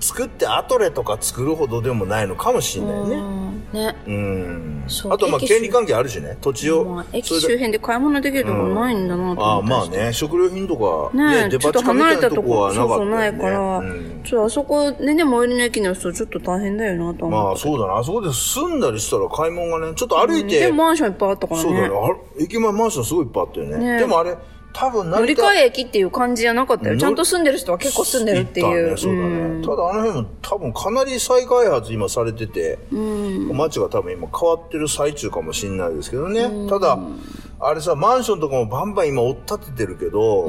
作ってアトレとか作るほどでもないのかもしれないよね。
うんね。
うん
そう
あとまあ
駅周
権利関係あるしね土地を
まあ、駅
それ
周
で
辺で買い物できるとこないんだなと
ああ
思
ま
っ
あ
て。
ね食料品とか、
ね
ね、デ
ちょ
パ
っと
地下み
離れ
たいな
た
と
と
こ
こ
は
そ
な
う
か
そ
った
う
よ
ない
ね
から、
うん
ちょっとあそこでね、最寄りの駅の人ちょっと大変だよなと
ま
思
あ
って。
そうだなあそこで住んだりしたら買い物がねちょっと歩いて、
でもマンションいっぱいあったから
そうだね
ね。
あれ駅前マンションすごいいっぱいあったよね
ね
でもあれ多分
乗り
成田
換え駅っていう感じじゃなかったよ。
乗り
ちゃんと住んでる人は結構住んでるっていう。
行ったねそうだね、ただあの辺も多分かなり再開発今されてて、街が多分今変わってる最中かもしれないですけどね、ただあれさマンションとかもバンバン今追っ立ててるけど、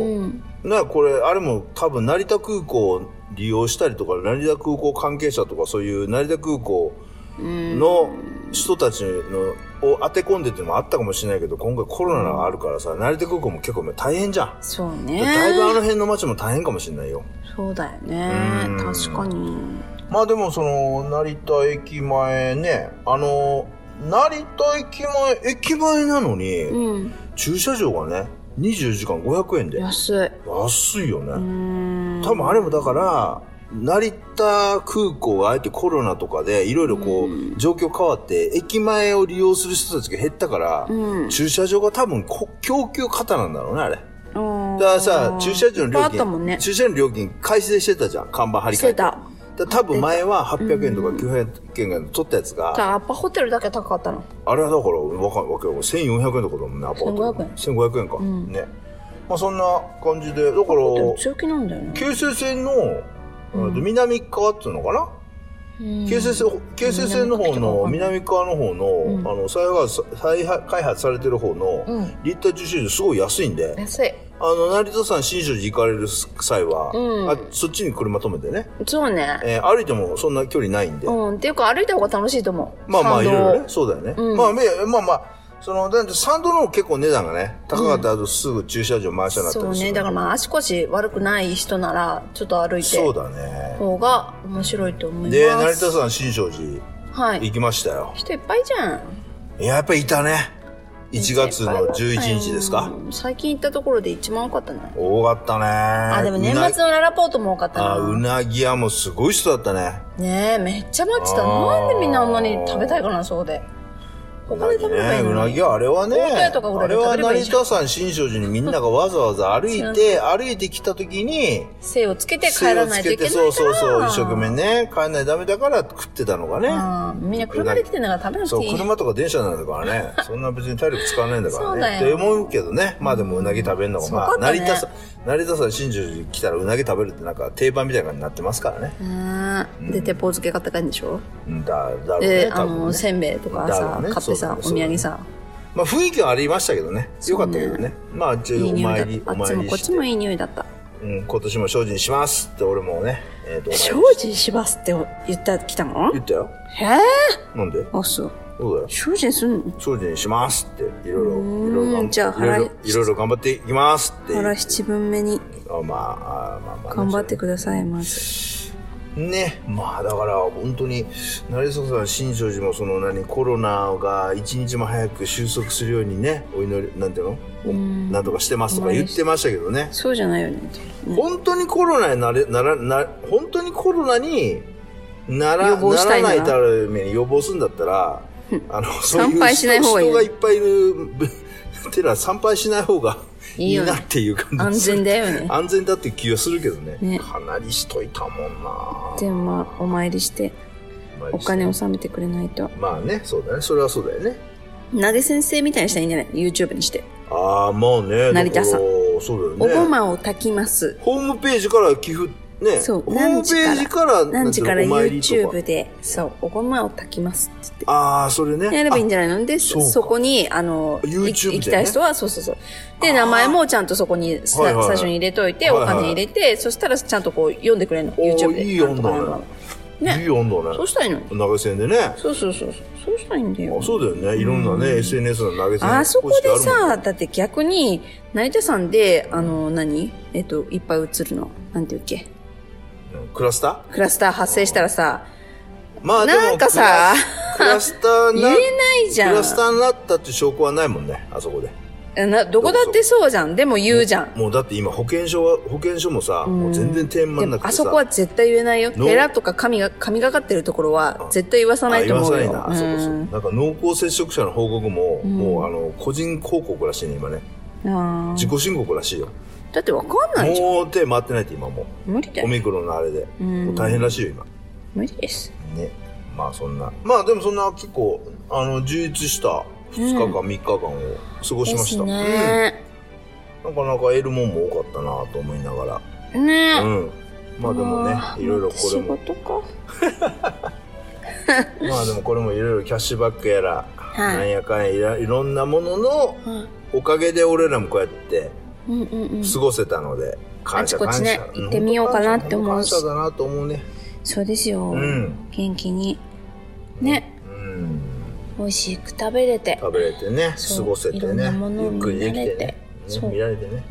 なこれあれも多分成田空港を利用したりとか成田空港関係者とかそういう成田空港の人たちのを当て込んでっていうのもあったかもしれないけど今回コロナがあるからさ成田空港も結構大変じゃん、
そう
だいぶあ
ね。
の辺の街も大変かもしれないよ
そうだよね
うん。
確かに。
まあでもその成田駅前ねあの成田駅前駅前なのに、
うん。
駐車場がね24時間500円で
安い。
安いよね、
うん。
多分あれもだから成田空港があえてコロナとかでいろいろこう、状況変わって駅前を利用する人たちが減ったから、
うん
駐車場が多分こ供給過多なんだろうねあれ
だ
だからさ駐車場
い
の料
っぱいあったもん
金、
ね。
駐車場の料金改正してたじゃん看板張り
し
替え
て
て
た。
だから多分前は800円とか900円ぐらいの取ったやつ
じ
が、
ゃあ、アパホテルだけ高かったの。
あれはだから、わかんわけわかん1400円とかだもんね、アパート。1500円か。
ん
ね。まあそんな感じで、だから、
でも強気なんだよね。
京成線の、えっと南側っていうのかな
うん
京成線、京成線の方の、南側の方
ん
の、あの、再発再開発されてる方の
うん、
立体駐車場すごい安いんで、
安い。
あの、成田山新勝寺行かれる際は
うん、
あそっちに車止めてね、
そうね。
えー歩いてもそんな距離ないんで、
うん。っていうか、歩いた方が楽しいと思う。
まあまあい
参道
ろいろね。そうだよね、
うん
まあめまあまあそのだってサンドの方結構値段がね高かったらあとすぐ駐車場回しちゃなった
そう
りする
ね。だからまあ、足腰悪くない人なら、ちょっと歩いて。
そうだね
方が面白いと思います。
で成田山新勝寺
はい
行。きましたよ
人いっぱいじゃん。
いややっぱりいたね1月の11日ですか
うん。最近行ったところで一番多かったね。
多かったね
あ、
あ
でも年末のララポートも多かった
あう
な。
なぎ屋もすごい人だったね
ねえ、めっちゃ待ってた。
あー
なんでみんなあんなに食べたいかな、そうで。
う
他
な
で
ぎ
食べればい
ね
いうの
な
に
ぎ。屋あれはね
大戸屋とかぐら
あ
いで
れ
食
は
べればいい
成
じゃ
田山新勝寺にみんながわざわざ歩いて歩いてきた時に
精をつけて帰らないといけないから。
そうそうそう、一生懸命ね、帰んないとダメだから食ってたのがね。
うん。みんな車で来てんだから食べなく
そ
て
う、
いい。
車とか電車なんだか らね。そんな別に体力使わないんだから
そうだ
ね。
よ
って思うけどね。まあでもうなぎ食べるのが、
すご
ま
か
あ、
った
成
ね
田さん、成田さん新宿来たらうなぎ食べるってなんか定番みたいな感じになってますからね。
うん。で、鉄砲漬け買った感じでしょ
うんだ、だろうね
で、。あ
多分
の、
ね
せんべいとか
だろ
さ
う、ね
買ってさ、お
そうだねそ
土
うだね
産さ、
まあ雰囲気はありましたけどね。よかったけどね。まあ、一
い
応
い
お
匂
参
いだ
り、お
った。あっち
参
も
り
こっ
し
ち
て。
もいい匂いだった。
うん、今年も精進しますって俺もね、えっと、お参り
精進しますって言った、来たの
言ったよ。
へえ。
なんで
あ、そう。
どうだよ。
精進すんの
精進しますっていろいろ
ん
いろいろ
じゃあ
いろ
腹
いろいろいろ頑張っていきますって
腹七分目に
あまああまあまあ
頑張ってください、まず。
ねまあだから本当に成瀬さん新勝寺もその何コロナが一日も早く収束するようにねお祈りなんていうのお
ん
なんとかしてますとか言ってましたけどね
そうじゃないよね。ね
本当にコロナになれならな本当にコロナになら
予防
な
した
ら
いな
ないために予防するんだったら、あのそういう
参拝しない方がいい
人がいっぱいいる てら参拝しない方が
いい
いい
よね
なっていう感じ
安全だよね。
安全だって気がするけどね
ね
かなり人いたもんな
で、まあ、お参りして、
まあ
お金を納めてくれないと。
まあねそうだねそれはそうだよね
投げ先生みたいにしたらいいんじゃない ?YouTube にして。
ああ、まあね。
成田さん
だからそうだ
お
よね。
ごまを炊きます。
ホームページから寄付、ね。
そう。
ホームページから、
何時から
なんていうのお参りと
YouTube で、そう、おごまを炊きますって言って。
ああ、それね。
やればいいん
じ
じゃないので、
そう
そ
か
そこに、あの、い
YouTube でね
行きたい人は、そうそうそう。で、名前もちゃんとそこにさ、
はいはいは
最
い
初に入れといて、
はいはい
お金入れて、そしたらちゃんとこう、読んでくれるの。YouTube で。
いい温
なんとかなんと
度
か
ね。
ね
いい温度ね
そ。うしたらいいのに。
投げ銭でね。あ
そうそうそうそう。そうしたらいいんだよ。
そうだよね。いろんなね、SNS の投げ銭
あそこで
公式あるもんね
さ、だって逆に、成田さんで、あの、何えっと、いっぱい映るの。なんていうっけ
うんクラスター
クラスター発生したらさ、
まあでも
なんかさ
クラスクラスターに
言え
な
ないじゃ
ク
ん
ラスターになったって証拠はないもんね、あそこで。
えな。どこだってそうじゃん。でも言うじゃん。
もうだって今保険証は、保険証もさ、もう全然天
で
満な
も
くてさ。
あそこは絶対言えないよ。
の
寺とか神が、神がかってるところは絶対言わさないと思うよ。
あ言わさないな、そううそ
ん
う。なんか濃厚接触者の報告も、もうあの、個人広告らしいね、今ね。
あー
自己申告らしいよ。
だってわかんないじゃん。
もう手回ってないって今も
無理だ
う。オ
よ。
ミクロンのあれで。
ん
もう大変らしいよ、今。
無理です。
ね。まあそんな。まあでもそんな結構、あの、充実した2日間、3日間を過ごし
で
まし
す
た。
ね。
うん。なかなか得るもんも多かったなと思いながら。う
ね
ん。まあでもね
あ、ー
いろいろこれ
ま
も
た、仕事か。
まあでもこれもいろいろキャッシュバックやら、
い
なんやかんやいらいろんなものの
はい
おかげで俺らもこうやって
うんうんうん。
過ごせたので、感謝
あちこ
感
ち
謝。
ね
うん
行ってみようかなって思う
本当感謝だなと思うね。
そうですよ。
うん
元気に。ね。
うん。
美味しく食べれて。
食べれてね、
そう
過ごせて
いろん
ね、
なもの
ゆ
を
っくりできてね、
見られて
ね
そう
見られてね、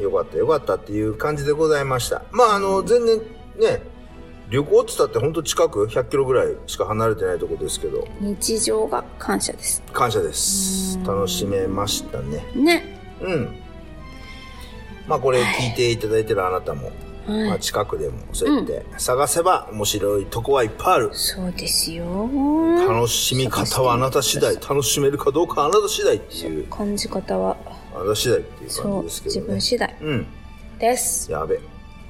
よかったよかったっていう感じでございました。まああの、全然ね、旅行って言ったって本当近く、100キロぐらいしか離れてないとこですけど、
日常が感謝です。
感謝です。楽しめましたね。
ね。
うん。まあこれ聞いていただいてるあなたも、ま
は
あ
い。
近くでもそうやって探せば面白いとこはいっぱいある。
そうですよ。
楽しみ方はあなた次第、楽しめるかどうかあなた次第っていう、
感じ方は、
あなた次第っていう
そ
感
う、
じです
自
けどね
分。次第
うん。
です。
やべ。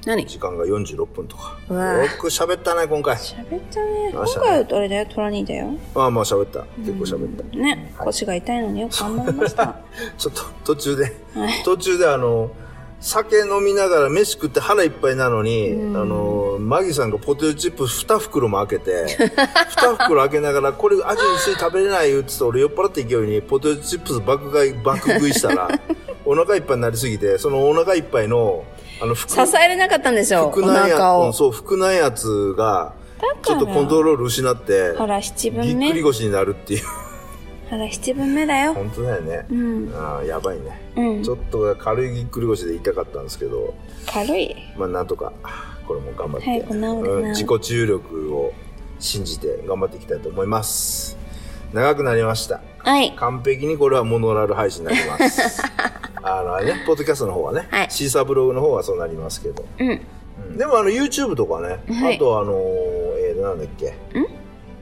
何
時間が46分とか。
う
よ
わ
く喋ったね、今回。
喋ったね。
ど
今
うした
回はあれだよ、トラニーだよ。
まあまあ喋った。結構喋った。
ね、腰が痛いのによく頑張りました。
ちょっと途中で、途中であの、酒飲みながら飯食って腹いっぱいなのに、あの、マギさんがポテトチップ2袋も開け て、2袋開けながら、これ味薄い食べれないよって言って俺酔っ払って勢いにポテトチップス爆買い、爆食 いしたら、お腹いっぱいになりすぎて、そのお腹いっぱいの、あの、
支えれなかったんですよ、お
腹内
腹
圧、う
を
ん。そう、腹内圧が、ちょっとコントロール失って、
腹七
ぎ
分
っくり
目。
腰になるっ ていう。
腹七分目だよ。
本当だよね。
うん。
ああ、やばいね。
うん
ち。ょっと軽いぎっくり腰で痛かったんですけど、
軽い。
まあなんとか、これも頑張って、
早く治る
うん
な
自己注力を信じて頑張っていきたいと思います。長くなりました。
はい。
完璧にこれはモノラル配信になり ます。あの、あれね、ポッドキャストの方はね、
はい
シーサーブログの方はそうなりますけど。
うん。
うんでもあの YouTube とかね、
はい
あとあのー、えー、なんだっけ、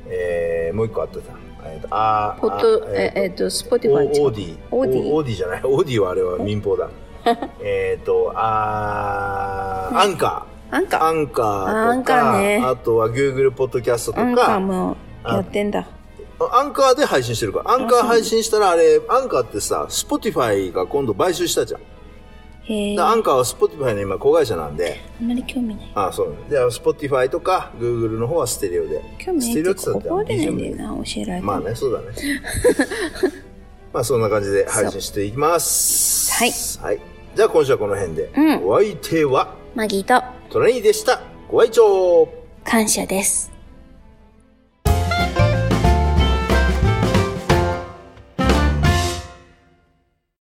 えー、もう一個あったじゃん。えーとあー
ポッド
あ、
え、えっと、スポティ
オ
ファイ
ーオーディ。
オーディ
オーディじゃない。 オーディはあれは 民放だ。えっと、あー、アンカ
なん
ー。ア
か、
ンカーとか、
あアンカーね
あとは Google ポッドキャストと
なんか
か、
もうやってんだ。
アンカーで配信してるから。アンカー配信したらあれ、アンカーってさ、Spotify が今度買収したじゃん。
へえ。
だから
あ
アンカーは Spotify の今子会社なんで、
んまり興味ない。
ああそうで、Spotify とか Google の方はステレオで。
興味
ス
な
テ
い
レオ
っ
ってて言ったら
覚えれないんだよな、教えられて
まあ
も。
ね、そうだね。 まあそんな感じで配信していきます。はい。じゃあ今週はこの辺で。
うん
お相手は
マギーと
トラニーでした。ご愛聴
感謝です。